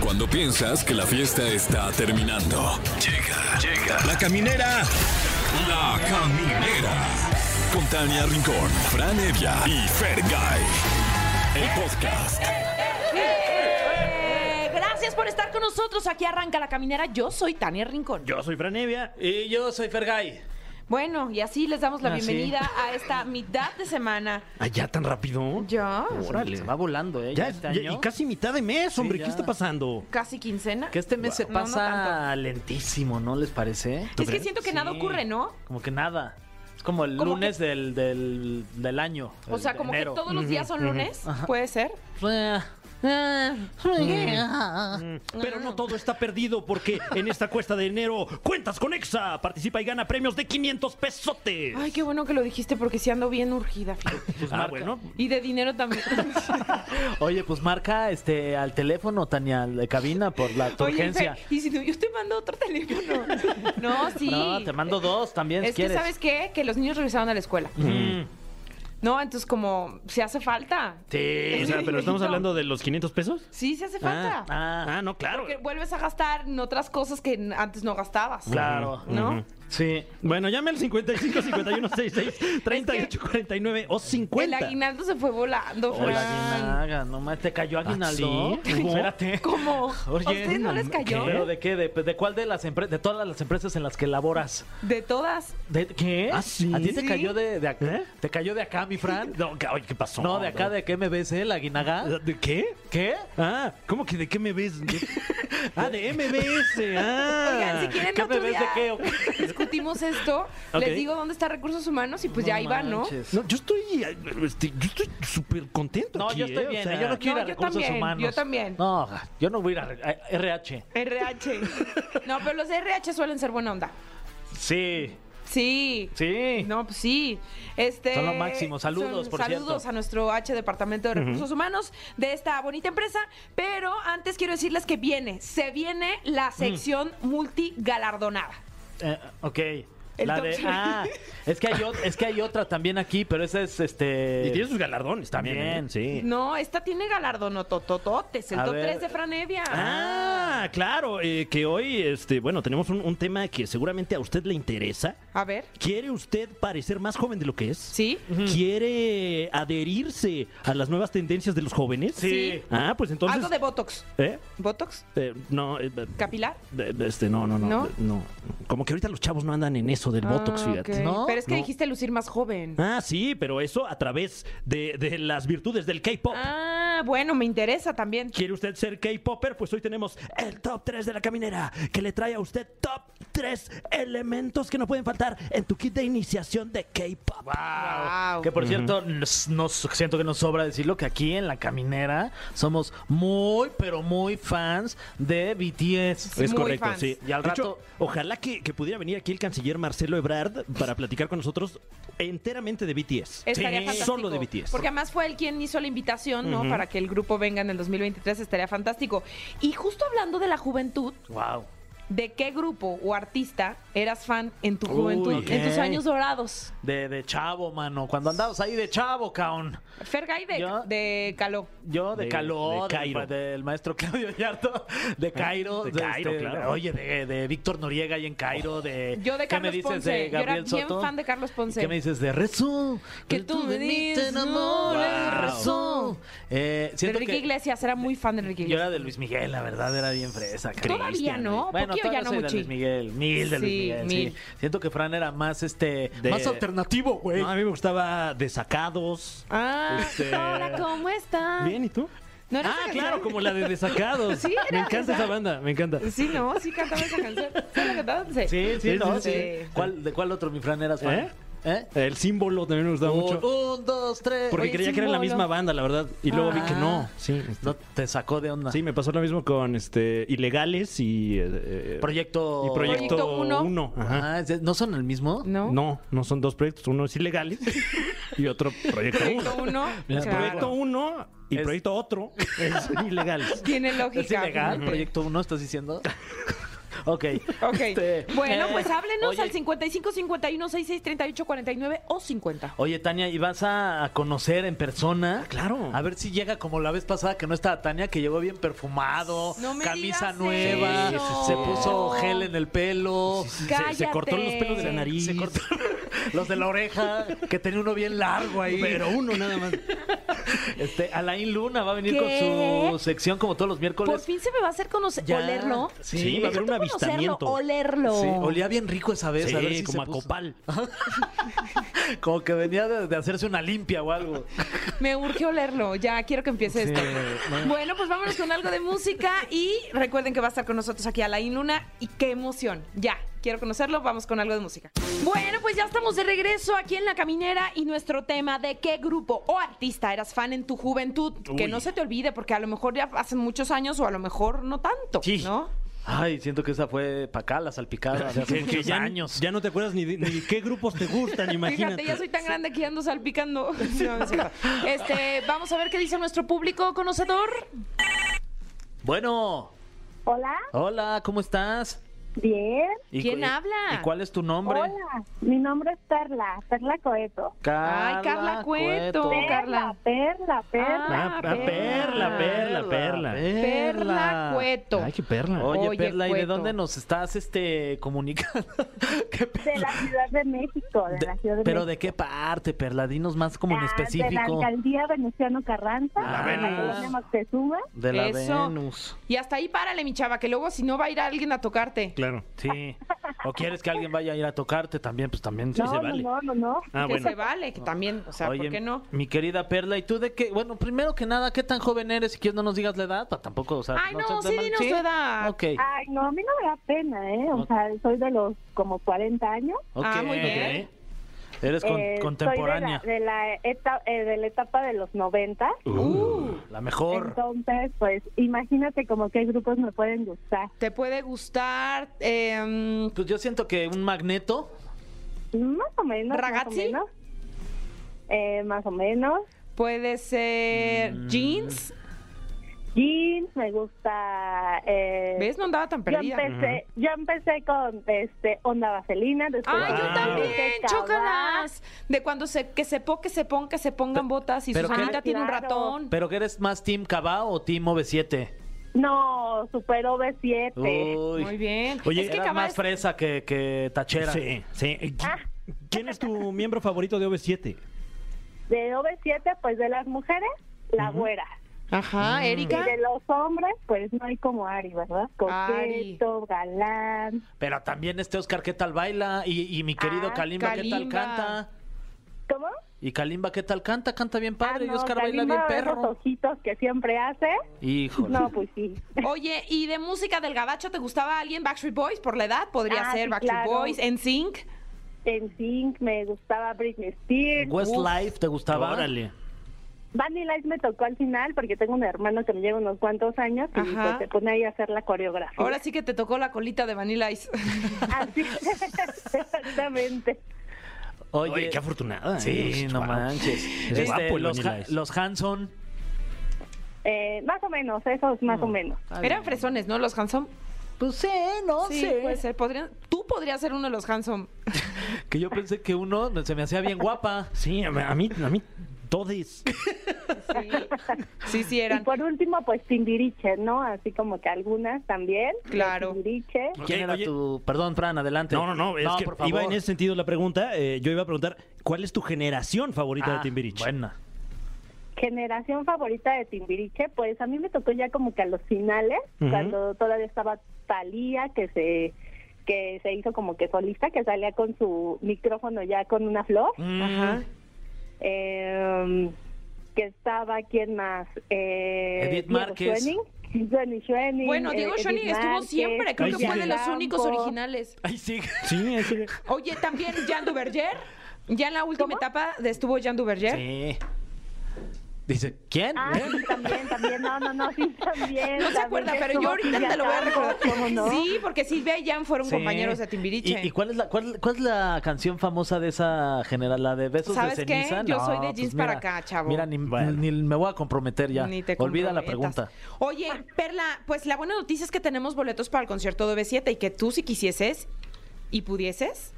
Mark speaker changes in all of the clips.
Speaker 1: Cuando piensas que la fiesta está terminando. Llega, llega. La caminera. La caminera. Con Tania Rincón, Fran Evia y Fergay. El podcast.
Speaker 2: Eh, Gracias por estar con nosotros. Aquí arranca la caminera. Yo soy Tania Rincón.
Speaker 3: Yo soy Franevia.
Speaker 4: Y yo soy Fergay.
Speaker 2: Bueno, y así les damos la
Speaker 3: Ah, sí.
Speaker 2: bienvenida a esta mitad de semana.
Speaker 3: ¿Allá Ah, tan rápido?
Speaker 2: Ya,
Speaker 3: Órale.
Speaker 4: Se va volando, ¿eh?
Speaker 3: Ya,
Speaker 4: este
Speaker 3: ya-
Speaker 4: año.
Speaker 3: y casi mitad de mes, hombre,
Speaker 4: ya.
Speaker 3: ¿qué está pasando?
Speaker 2: casi quincena.
Speaker 4: Que este mes se
Speaker 2: No, no
Speaker 4: pasa lentísimo, ¿no les parece?
Speaker 2: Es que siento que nada
Speaker 4: Sí.
Speaker 2: ocurre, ¿no?
Speaker 4: Como que nada. Es como el
Speaker 2: Como
Speaker 4: lunes del, del, del año.
Speaker 2: O
Speaker 4: el
Speaker 2: sea,
Speaker 4: de
Speaker 2: como que
Speaker 4: enero.
Speaker 2: todos los días son lunes. Puede ser.
Speaker 4: Eh,
Speaker 3: Mm, Pero no todo está perdido porque en esta cuesta de enero cuentas con EXA. Participa y gana premios de 500 pesotes.
Speaker 2: Ay, qué bueno que lo dijiste porque sí ando bien urgida. fíjate.
Speaker 3: Pues, ah,
Speaker 4: marca.
Speaker 3: bueno.
Speaker 2: Y de dinero también.
Speaker 4: Oye, pues marca este al teléfono, Tania, de cabina por la tu
Speaker 2: Oye,
Speaker 4: urgencia.
Speaker 2: Fer, y si no, yo te mando otro teléfono. No, sí.
Speaker 4: No, te mando dos también
Speaker 2: es
Speaker 4: si quieres.
Speaker 2: que, ¿sabes qué? Que los niños regresaron a la escuela.
Speaker 3: Mm.
Speaker 2: No, entonces como se hace falta.
Speaker 3: Sí, o sea, pero estamos
Speaker 2: No.
Speaker 3: hablando de los 500 pesos.
Speaker 2: Sí, se hace falta.
Speaker 3: Ah, ah, ah, no, claro.
Speaker 2: Porque vuelves a gastar en otras cosas que n- antes no gastabas.
Speaker 4: Claro.
Speaker 2: ¿No?
Speaker 3: Ujú.
Speaker 4: Sí.
Speaker 3: Bueno, llame al 55 51 66 38 49 o 50.
Speaker 2: El aguinaldo se fue volando,
Speaker 4: Oye,
Speaker 2: Fran.
Speaker 4: aguinaga, no más, ¿te cayó aguinaldo?
Speaker 3: ¿sí? ¿Hubo?
Speaker 4: Espérate.
Speaker 2: ¿Cómo? ¿A
Speaker 3: Oye,
Speaker 2: ustedes no les cayó?
Speaker 3: ¿qué?
Speaker 4: ¿Pero de qué? ¿De, de cuál de las empresas? De todas las empresas en las que laboras.
Speaker 2: De todas.
Speaker 4: ¿De qué?
Speaker 3: ¿Ah, sí?
Speaker 4: ¿A ti te
Speaker 2: Sí.
Speaker 4: cayó de, de acá?
Speaker 3: ¿Eh?
Speaker 4: ¿Te cayó de acá, mi Fran?
Speaker 3: No, ca- oye, ¿qué pasó?
Speaker 4: No, de acá, de qué me ves, eh, la guinaga.
Speaker 3: ¿De qué?
Speaker 4: ¿Qué?
Speaker 3: Ah, ¿cómo que de qué me ves? ah, de MBS. Ah.
Speaker 2: Oigan, si quieren
Speaker 4: ¿Qué
Speaker 2: otro
Speaker 4: me ves de
Speaker 2: día
Speaker 4: qué? o qué?
Speaker 2: discutimos esto,
Speaker 3: Ok.
Speaker 2: les digo dónde está Recursos Humanos y pues ya ahí va, ¿no?
Speaker 4: manches.
Speaker 3: No, yo estoy, eh, este, yo estoy súper contento.
Speaker 4: No,
Speaker 3: aquí,
Speaker 4: yo estoy
Speaker 3: eh, o
Speaker 4: bien,
Speaker 3: sea,
Speaker 4: eh, yo no quiero
Speaker 2: No,
Speaker 4: ir a
Speaker 2: yo
Speaker 4: recursos
Speaker 2: también,
Speaker 4: humanos.
Speaker 2: yo también.
Speaker 4: No, yo no voy a ir a, a RH.
Speaker 2: RH. No, pero los de RH suelen ser buena onda.
Speaker 4: Sí,
Speaker 2: Sí.
Speaker 4: sí.
Speaker 2: No, pues sí. Este,
Speaker 4: Son lo máximo. Saludos, por
Speaker 2: Saludos
Speaker 4: cierto.
Speaker 2: a nuestro H Departamento de Recursos Humanos de esta bonita empresa. Pero antes quiero decirles que viene, se viene la
Speaker 4: Mm.
Speaker 2: sección multigalardonada.
Speaker 4: Eh, ok.
Speaker 2: El
Speaker 4: la
Speaker 2: top
Speaker 4: de,
Speaker 2: three.
Speaker 4: ah, es que, hay, ot- es que hay otra también aquí, pero esa es este.
Speaker 3: Y tiene sus galardones también.
Speaker 4: Bien.
Speaker 3: ¿eh? Sí.
Speaker 2: No, esta tiene galardonototototes, el
Speaker 4: A
Speaker 2: top
Speaker 4: ver.
Speaker 2: 3 de Franevia.
Speaker 3: Ah, claro, eh, que hoy, este, bueno, tenemos un, un tema que seguramente a usted le interesa.
Speaker 2: A ver,
Speaker 3: ¿Quiere usted parecer más joven de lo que es?
Speaker 2: ¿sí?
Speaker 3: ¿Quiere adherirse a las nuevas tendencias de los jóvenes?
Speaker 2: Sí.
Speaker 3: Ah, pues entonces.
Speaker 2: Algo de Botox.
Speaker 3: ¿Eh?
Speaker 2: ¿Botox?
Speaker 3: Eh, no, eh, eh,
Speaker 2: ¿Capilar?
Speaker 3: de- de este, no, no, no,
Speaker 2: ¿No?
Speaker 3: de- no. Como que ahorita los chavos no andan en eso del botox,
Speaker 2: Ah,
Speaker 3: fíjate.
Speaker 2: ok.
Speaker 4: ¿No?
Speaker 2: Pero es que
Speaker 4: No.
Speaker 2: dijiste lucir más joven.
Speaker 3: Ah, sí, pero eso a través de, de las virtudes del K-pop.
Speaker 2: Ah, bueno, me interesa también.
Speaker 3: ¿Quiere usted ser K-Popper? Pues hoy tenemos el top 3 de la caminera, que le trae a usted top 3 elementos que no pueden faltar en tu kit de iniciación de K-Pop.
Speaker 4: Wow.
Speaker 2: Wow.
Speaker 4: Que por cierto, nos, nos- siento que nos sobra decirlo que aquí en la caminera somos muy, pero muy fans de BTS.
Speaker 2: Sí. Es Muy correcto, fans. sí.
Speaker 3: Y al rato, ojalá que, que pudiera venir aquí el canciller Marcelo Ebrard para platicar con nosotros enteramente de BTS.
Speaker 2: Estaría fantástico.
Speaker 3: Solo de BTS.
Speaker 2: Porque además fue él quien hizo la invitación, ¿no? Para que el grupo venga en el 2023, estaría fantástico. Y justo hablando de la juventud,
Speaker 4: Wow.
Speaker 2: ¿de qué grupo o artista eras fan en tu
Speaker 4: Uy,
Speaker 2: juventud,
Speaker 4: ok.
Speaker 2: en tus años dorados?
Speaker 4: De, de chavo, mano. Cuando andabas ahí de chavo, caón.
Speaker 2: Fergay de,
Speaker 4: Yo-
Speaker 2: de Caló.
Speaker 4: Yo de,
Speaker 3: De-
Speaker 4: Caló,
Speaker 3: de
Speaker 4: de
Speaker 3: Cairo.
Speaker 4: Del, maestro Claudio Yarto, de Cairo.
Speaker 3: de Cairo, claro. Oh.
Speaker 4: Oye, de, de Víctor Noriega y en Cairo, de...
Speaker 2: Yo de
Speaker 4: ¿qué me
Speaker 2: Carlos
Speaker 4: dices
Speaker 2: Ponce.
Speaker 4: de
Speaker 2: Yo era
Speaker 4: Gabriel
Speaker 2: bien
Speaker 4: Soto?
Speaker 2: fan de Carlos Ponce.
Speaker 4: ¿Qué me dices de Rezú?
Speaker 2: Que tú me dices, no,
Speaker 3: Wow.
Speaker 4: Rezú. Eh,
Speaker 2: De
Speaker 4: siento
Speaker 2: Enrique
Speaker 4: que
Speaker 2: Iglesias, era muy fan de Enrique
Speaker 4: yo
Speaker 2: Iglesias.
Speaker 4: era de Luis Miguel, la verdad, era bien fresa. cabrón.
Speaker 2: Todavía
Speaker 3: Cristian,
Speaker 2: no,
Speaker 4: Bueno,
Speaker 2: poquillo ya
Speaker 4: todavía
Speaker 2: no
Speaker 4: soy de
Speaker 2: mucho.
Speaker 4: Luis Miguel, mil de Luis
Speaker 2: Sí,
Speaker 4: Miguel,
Speaker 2: mil.
Speaker 4: sí. Siento que Fran era más, este,
Speaker 3: De-
Speaker 4: más alternativo, güey.
Speaker 3: No, a mí me gustaba Desacados.
Speaker 2: Ah,
Speaker 3: Este-
Speaker 2: hola, ¿cómo estás?
Speaker 3: Bien, ¿y tú?
Speaker 2: ¿No era
Speaker 3: ah,
Speaker 2: esa
Speaker 3: claro,
Speaker 2: canción?
Speaker 3: como la de Desacados.
Speaker 2: Sí, era
Speaker 3: me encanta
Speaker 2: esa.
Speaker 3: esa banda, me encanta.
Speaker 2: Sí, no, sí cantaba esa canción. ¿Sí la cantaban? Sí.
Speaker 4: Sí, sí, no,
Speaker 2: sí,
Speaker 4: sí.
Speaker 2: sí.
Speaker 4: ¿Cuál, ¿De cuál otro mi Fran eras fan?
Speaker 3: ¿Eh?
Speaker 4: ¿Eh?
Speaker 3: El símbolo también me
Speaker 4: Oh,
Speaker 3: gustaba mucho.
Speaker 4: Un, un, dos, tres.
Speaker 3: Porque
Speaker 2: Oye,
Speaker 3: creía que era la
Speaker 2: símbolo.
Speaker 3: misma banda, la verdad. Y luego vi que no. Sí, este,
Speaker 4: No te sacó de onda.
Speaker 3: sí, me pasó lo mismo con este Ilegales y. eh,
Speaker 4: Proyecto.
Speaker 3: Y Proyecto
Speaker 2: Proyecto Uno.
Speaker 3: 1. Ajá.
Speaker 4: Ah, ¿es de- ¿no son el mismo?
Speaker 2: ¿No?
Speaker 3: No, no son dos proyectos. Uno es Ilegales y otro Proyecto 1.
Speaker 2: Proyecto uno.
Speaker 4: Mira,
Speaker 2: claro.
Speaker 3: Proyecto 1 y
Speaker 4: Es-
Speaker 3: Proyecto Otro es Ilegales.
Speaker 2: Tiene lógica.
Speaker 4: ¿Es ilegal?
Speaker 2: fíjate.
Speaker 4: ¿Proyecto 1 estás diciendo? Ok.
Speaker 2: Ok.
Speaker 4: Este,
Speaker 2: bueno,
Speaker 4: eh,
Speaker 2: pues háblenos
Speaker 4: oye,
Speaker 2: al 55 51 66 38 49 o 50.
Speaker 4: Oye, Tania, ¿y vas a a conocer en persona?
Speaker 3: Ah, claro.
Speaker 4: A ver si llega como la vez pasada que no estaba Tania, que llegó bien perfumado,
Speaker 2: No me
Speaker 4: camisa
Speaker 2: digas
Speaker 4: nueva,
Speaker 2: eso.
Speaker 4: se puso gel en el pelo,
Speaker 2: Cállate.
Speaker 4: se, se cortó los pelos de la nariz,
Speaker 3: Se
Speaker 4: se
Speaker 3: cortó-
Speaker 4: cortó los de la oreja, que tenía uno bien largo ahí.
Speaker 3: Pero uno nada más.
Speaker 4: Este, Alain Luna va a venir
Speaker 2: ¿Qué?
Speaker 4: con su sección como todos los miércoles.
Speaker 2: Por fin se me va a hacer conocer,
Speaker 4: Ya.
Speaker 2: olerlo.
Speaker 4: Sí,
Speaker 3: Sí, va a
Speaker 2: Deja
Speaker 3: haber un
Speaker 2: tú conocerlo,
Speaker 3: avistamiento.
Speaker 2: Olerlo.
Speaker 4: Sí, olía bien rico esa vez,
Speaker 3: Sí,
Speaker 4: a ver si
Speaker 3: como
Speaker 4: se
Speaker 3: a
Speaker 4: puso-
Speaker 3: copal.
Speaker 4: Como que venía de, de hacerse una limpia o algo.
Speaker 2: Me urge olerlo. Ya quiero que empiece esto. Bueno, pues vámonos con algo de música y recuerden que va a estar con nosotros aquí Alain Luna y qué emoción. Ya, quiero conocerlo, vamos con algo de música. Bueno, pues ya estamos de regreso aquí en La Caminera y nuestro tema de qué grupo o artista eras fan en tu juventud, que
Speaker 3: Uy.
Speaker 2: no se te olvide porque a lo mejor ya hace muchos años o a lo mejor no tanto,
Speaker 3: Sí.
Speaker 2: ¿no?
Speaker 4: Ay, siento que esa fue pa' acá, la salpicada de hace
Speaker 3: Que- que
Speaker 4: muchos
Speaker 3: ya,
Speaker 4: años.
Speaker 3: ya no te acuerdas ni, de- ni de qué grupos te gustan, imagínate.
Speaker 2: Fíjate, ya soy tan grande que ya ando salpicando. No, no es cierto. este, vamos a ver qué dice nuestro público conocedor.
Speaker 4: Bueno,
Speaker 5: Hola,
Speaker 4: hola, ¿cómo estás?
Speaker 5: bien.
Speaker 4: ¿Y
Speaker 2: ¿Quién
Speaker 4: cu- y-
Speaker 2: habla?
Speaker 4: ¿Y cuál es tu nombre?
Speaker 5: Hola, mi nombre es Perla, Perla Coeto.
Speaker 4: Carla
Speaker 2: Ay, Carla Cueto.
Speaker 4: Cueto.
Speaker 2: Carla.
Speaker 5: Perla, Perla.
Speaker 3: Ah, ah, perla, perla, perla.
Speaker 2: Perla Cueto.
Speaker 3: Ay, qué perla.
Speaker 4: Oye,
Speaker 2: Oye,
Speaker 4: Perla, ¿y de
Speaker 2: Cueto.
Speaker 4: dónde nos estás este comunicando? ¿Qué
Speaker 5: De la Ciudad de México, de,
Speaker 4: De-
Speaker 5: la Ciudad de
Speaker 4: pero
Speaker 5: México.
Speaker 4: de qué parte, Perla, dinos más como en
Speaker 5: Ah, De la
Speaker 4: específico. Ah.
Speaker 5: alcaldía Venustiano Carranza,
Speaker 4: La
Speaker 5: de
Speaker 4: Venus.
Speaker 5: la colonia Moctezuma.
Speaker 4: De la
Speaker 2: Eso.
Speaker 4: Venus.
Speaker 2: Y hasta ahí párale, mi chava, que luego si no va a ir alguien a tocarte.
Speaker 3: Claro.
Speaker 4: Sí. O quieres que alguien vaya a ir a tocarte también, pues también
Speaker 5: No,
Speaker 4: se
Speaker 5: no,
Speaker 4: vale.
Speaker 5: no, no, no.
Speaker 3: Ah,
Speaker 2: que
Speaker 3: bueno.
Speaker 2: se vale, que también, o sea,
Speaker 4: Oye,
Speaker 2: ¿por qué no?
Speaker 4: mi querida Perla, ¿y tú de qué? Bueno, primero que nada, ¿qué tan joven eres? Si quieres no nos digas la edad, pa- tampoco, o sea...
Speaker 2: Ay, no,
Speaker 4: seas de
Speaker 2: sí,
Speaker 4: mal-
Speaker 2: dinos tu edad. Ah,
Speaker 4: Ok,
Speaker 5: Ay, no, a mí no me da pena, ¿eh? O
Speaker 4: Ok.
Speaker 5: sea, soy de los como 40 años.
Speaker 4: ok,
Speaker 2: Ah, muy bien.
Speaker 4: ok. Eres con-
Speaker 5: Eh,
Speaker 4: contemporánea,
Speaker 5: Soy de la, de la eta- eh, de la etapa de los 90.
Speaker 2: Uh,
Speaker 4: la mejor.
Speaker 5: Entonces, pues, imagínate como qué grupos me pueden gustar.
Speaker 2: te puede gustar eh,
Speaker 4: Pues yo siento que un magneto,
Speaker 5: Más o menos.
Speaker 2: ¿Ragazzi?
Speaker 5: Más o menos. Eh, más o menos.
Speaker 2: puede ser
Speaker 4: Mm.
Speaker 2: jeans.
Speaker 5: Jeans, me gusta. Eh,
Speaker 2: ¿Ves? No andaba tan
Speaker 5: Yo
Speaker 2: perdida.
Speaker 5: empecé, yo empecé con este Onda Vaselina. Después
Speaker 2: Ay, Ah, yo
Speaker 5: me
Speaker 2: también,
Speaker 5: empecé a acabar.
Speaker 2: chócalas. De cuando se que se po, que se pon, que se pongan botas y
Speaker 4: pero que-
Speaker 2: Susanita tiene un
Speaker 5: Claro.
Speaker 2: ratón.
Speaker 4: pero que eres más Team Cabá o Team OV7.
Speaker 5: No, Super OV7.
Speaker 4: Uy.
Speaker 2: Muy bien.
Speaker 4: Oye,
Speaker 2: es que
Speaker 4: era
Speaker 2: Cabá
Speaker 4: más
Speaker 2: es-
Speaker 4: fresa que, que tachera.
Speaker 3: Sí, sí.
Speaker 4: Ah.
Speaker 3: Eh, ¿qui- ¿Quién es tu miembro favorito de OV7?
Speaker 5: De OV7, pues de las mujeres, la güera.
Speaker 4: Mm.
Speaker 2: Ajá,
Speaker 5: Y
Speaker 2: Erika.
Speaker 5: de los hombres, pues no hay como Ari, ¿verdad?
Speaker 2: Ari.
Speaker 5: Coqueto, galán.
Speaker 4: Pero también este Oscar, ¿qué tal baila? Y, y mi querido
Speaker 5: Ah,
Speaker 4: Kalimba, ¿qué tal
Speaker 2: Kalimba.
Speaker 4: canta?
Speaker 5: ¿Cómo?
Speaker 4: Y Kalimba, ¿qué tal canta? Canta bien padre.
Speaker 5: Ah,
Speaker 4: y
Speaker 5: no,
Speaker 4: Oscar baila
Speaker 5: Kalimba,
Speaker 4: bien
Speaker 5: Esos
Speaker 4: perro.
Speaker 5: ojitos que siempre hace.
Speaker 4: Híjole.
Speaker 5: No, pues sí.
Speaker 2: Oye, ¿y de música del gabacho te gustaba alguien Backstreet Boys por la edad? Podría
Speaker 5: Ah,
Speaker 2: ser
Speaker 5: sí,
Speaker 2: Backstreet
Speaker 5: claro.
Speaker 2: Boys, en Sync.
Speaker 5: En Sync me gustaba Britney Spears. uh,
Speaker 4: Westlife, ¿te gustaba?
Speaker 3: Órale.
Speaker 5: Vanilla Ice me tocó al final porque tengo un hermano que me lleva unos cuantos años y
Speaker 2: Ajá.
Speaker 5: pues se pone ahí a hacer la coreografía.
Speaker 2: Ahora sí que te tocó la colita de Vanilla Ice.
Speaker 5: Así, exactamente.
Speaker 4: Oye,
Speaker 3: Oye, qué afortunada.
Speaker 4: Sí,
Speaker 3: eh.
Speaker 4: no
Speaker 3: Wow.
Speaker 4: manches.
Speaker 3: Es
Speaker 4: Este,
Speaker 3: guapo el
Speaker 4: los,
Speaker 3: Vanilla
Speaker 4: Ha-
Speaker 3: Ice.
Speaker 4: los Hanson.
Speaker 5: Eh, más o menos, eso es más o menos.
Speaker 2: Eran fresones, ¿no? Los Hanson.
Speaker 4: Pues sí, no
Speaker 2: Sí, puede ser. Podrían, tú podrías ser uno de los Hanson.
Speaker 4: Que yo pensé que uno se me hacía bien guapa.
Speaker 3: Sí, a mí, a mí, a mí todos.
Speaker 4: Este,
Speaker 2: Sí, sí, sí
Speaker 5: Y
Speaker 2: eran.
Speaker 5: por último, pues Timbiriche, ¿no? Así como que algunas también.
Speaker 2: Claro.
Speaker 5: Timbiriche.
Speaker 4: ¿Quién era
Speaker 3: oye.
Speaker 4: tu...? Perdón, Fran, adelante.
Speaker 3: No, no, no, es que
Speaker 4: por favor.
Speaker 3: iba en ese sentido la pregunta. eh, yo iba a preguntar, ¿cuál es tu generación favorita
Speaker 4: Ah,
Speaker 3: de Timbiriche?
Speaker 4: Buena.
Speaker 5: Generación favorita de Timbiriche, pues a mí me tocó ya como que a los finales,
Speaker 3: Ujú.
Speaker 5: cuando todavía estaba Talía, que se que se hizo como que solista, que salía con su micrófono ya con una flor.
Speaker 2: Ajá.
Speaker 5: eh, que estaba quién más eh,
Speaker 4: Edith
Speaker 5: Diego
Speaker 4: Márquez.
Speaker 5: Schoening. Johnny Schoening,
Speaker 2: Bueno,
Speaker 5: eh,
Speaker 2: Diego
Speaker 5: Edith
Speaker 2: Schoening estuvo
Speaker 5: Márquez,
Speaker 2: siempre. Creo
Speaker 3: Ay, sí.
Speaker 2: que fue de los
Speaker 5: Campo.
Speaker 2: únicos originales.
Speaker 4: Ay, sí.
Speaker 3: Sí, ese-
Speaker 2: Oye, también Jan Duverger. Ya en la última etapa de- estuvo Jan Duverger.
Speaker 4: Sí. Dice, ¿quién?
Speaker 5: Ah,
Speaker 4: ¿Eh?
Speaker 5: sí, también, también. No, no, no, sí, también.
Speaker 2: No se
Speaker 5: también,
Speaker 2: acuerda,
Speaker 5: que
Speaker 2: pero yo
Speaker 5: estuvo
Speaker 2: ahorita
Speaker 5: aquí,
Speaker 2: te lo voy a
Speaker 5: ya
Speaker 2: recordar.
Speaker 5: estamos, ¿cómo no?
Speaker 2: Sí, porque Silvia y Jan fueron
Speaker 4: Sí.
Speaker 2: compañeros de Timbiriche.
Speaker 4: ¿Y, y cuál, es la, cuál, cuál es la canción famosa de esa general? ¿La de Besos
Speaker 2: ¿Sabes
Speaker 4: de
Speaker 2: qué?
Speaker 4: Ceniza? pues
Speaker 2: Yo soy de jeans para acá, chavo.
Speaker 4: Mira, ni, ni me voy a comprometer ya.
Speaker 2: Ni te
Speaker 4: Olvida la
Speaker 2: comprometas.
Speaker 4: pregunta.
Speaker 2: Oye, Perla, pues la buena noticia es que tenemos boletos para el concierto de B7 y que tú si quisieses y pudieses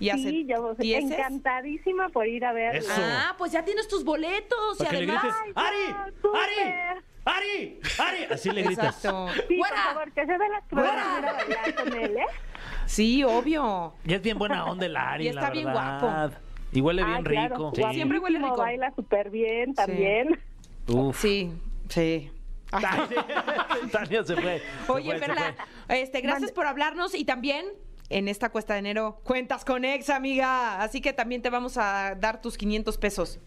Speaker 2: y hacer
Speaker 5: Sí, yo encantadísima por ir a ver.
Speaker 3: Eso.
Speaker 2: Ah, pues ya tienes tus boletos y
Speaker 3: Para que le
Speaker 2: además.
Speaker 3: grites,
Speaker 5: Ay, ya,
Speaker 3: ¡Ari! ¡Ari!
Speaker 5: súper.
Speaker 3: ¡Ari! ¡Ari! Así le gritas.
Speaker 2: Exacto.
Speaker 5: Sí,
Speaker 2: ¡Fuera!
Speaker 5: por favor, que se den las pruebas de ir a bailar con él, ¿eh?
Speaker 2: Sí, obvio.
Speaker 4: Y es bien buena onda el Ari,
Speaker 2: Y está
Speaker 4: la
Speaker 2: bien
Speaker 4: verdad.
Speaker 2: guapo.
Speaker 4: Y huele
Speaker 5: Ah,
Speaker 4: bien
Speaker 5: claro,
Speaker 4: rico.
Speaker 5: guapísimo,
Speaker 2: Siempre huele rico.
Speaker 5: Baila súper bien también.
Speaker 4: Uf.
Speaker 2: Sí, sí. Ay.
Speaker 4: Tania se fue. se
Speaker 2: Oye,
Speaker 4: fue, se
Speaker 2: Perla,
Speaker 4: fue.
Speaker 2: este, gracias por hablarnos y también en esta cuesta de enero cuentas con Ex, amiga. Así que también te vamos a dar tus 500 pesos.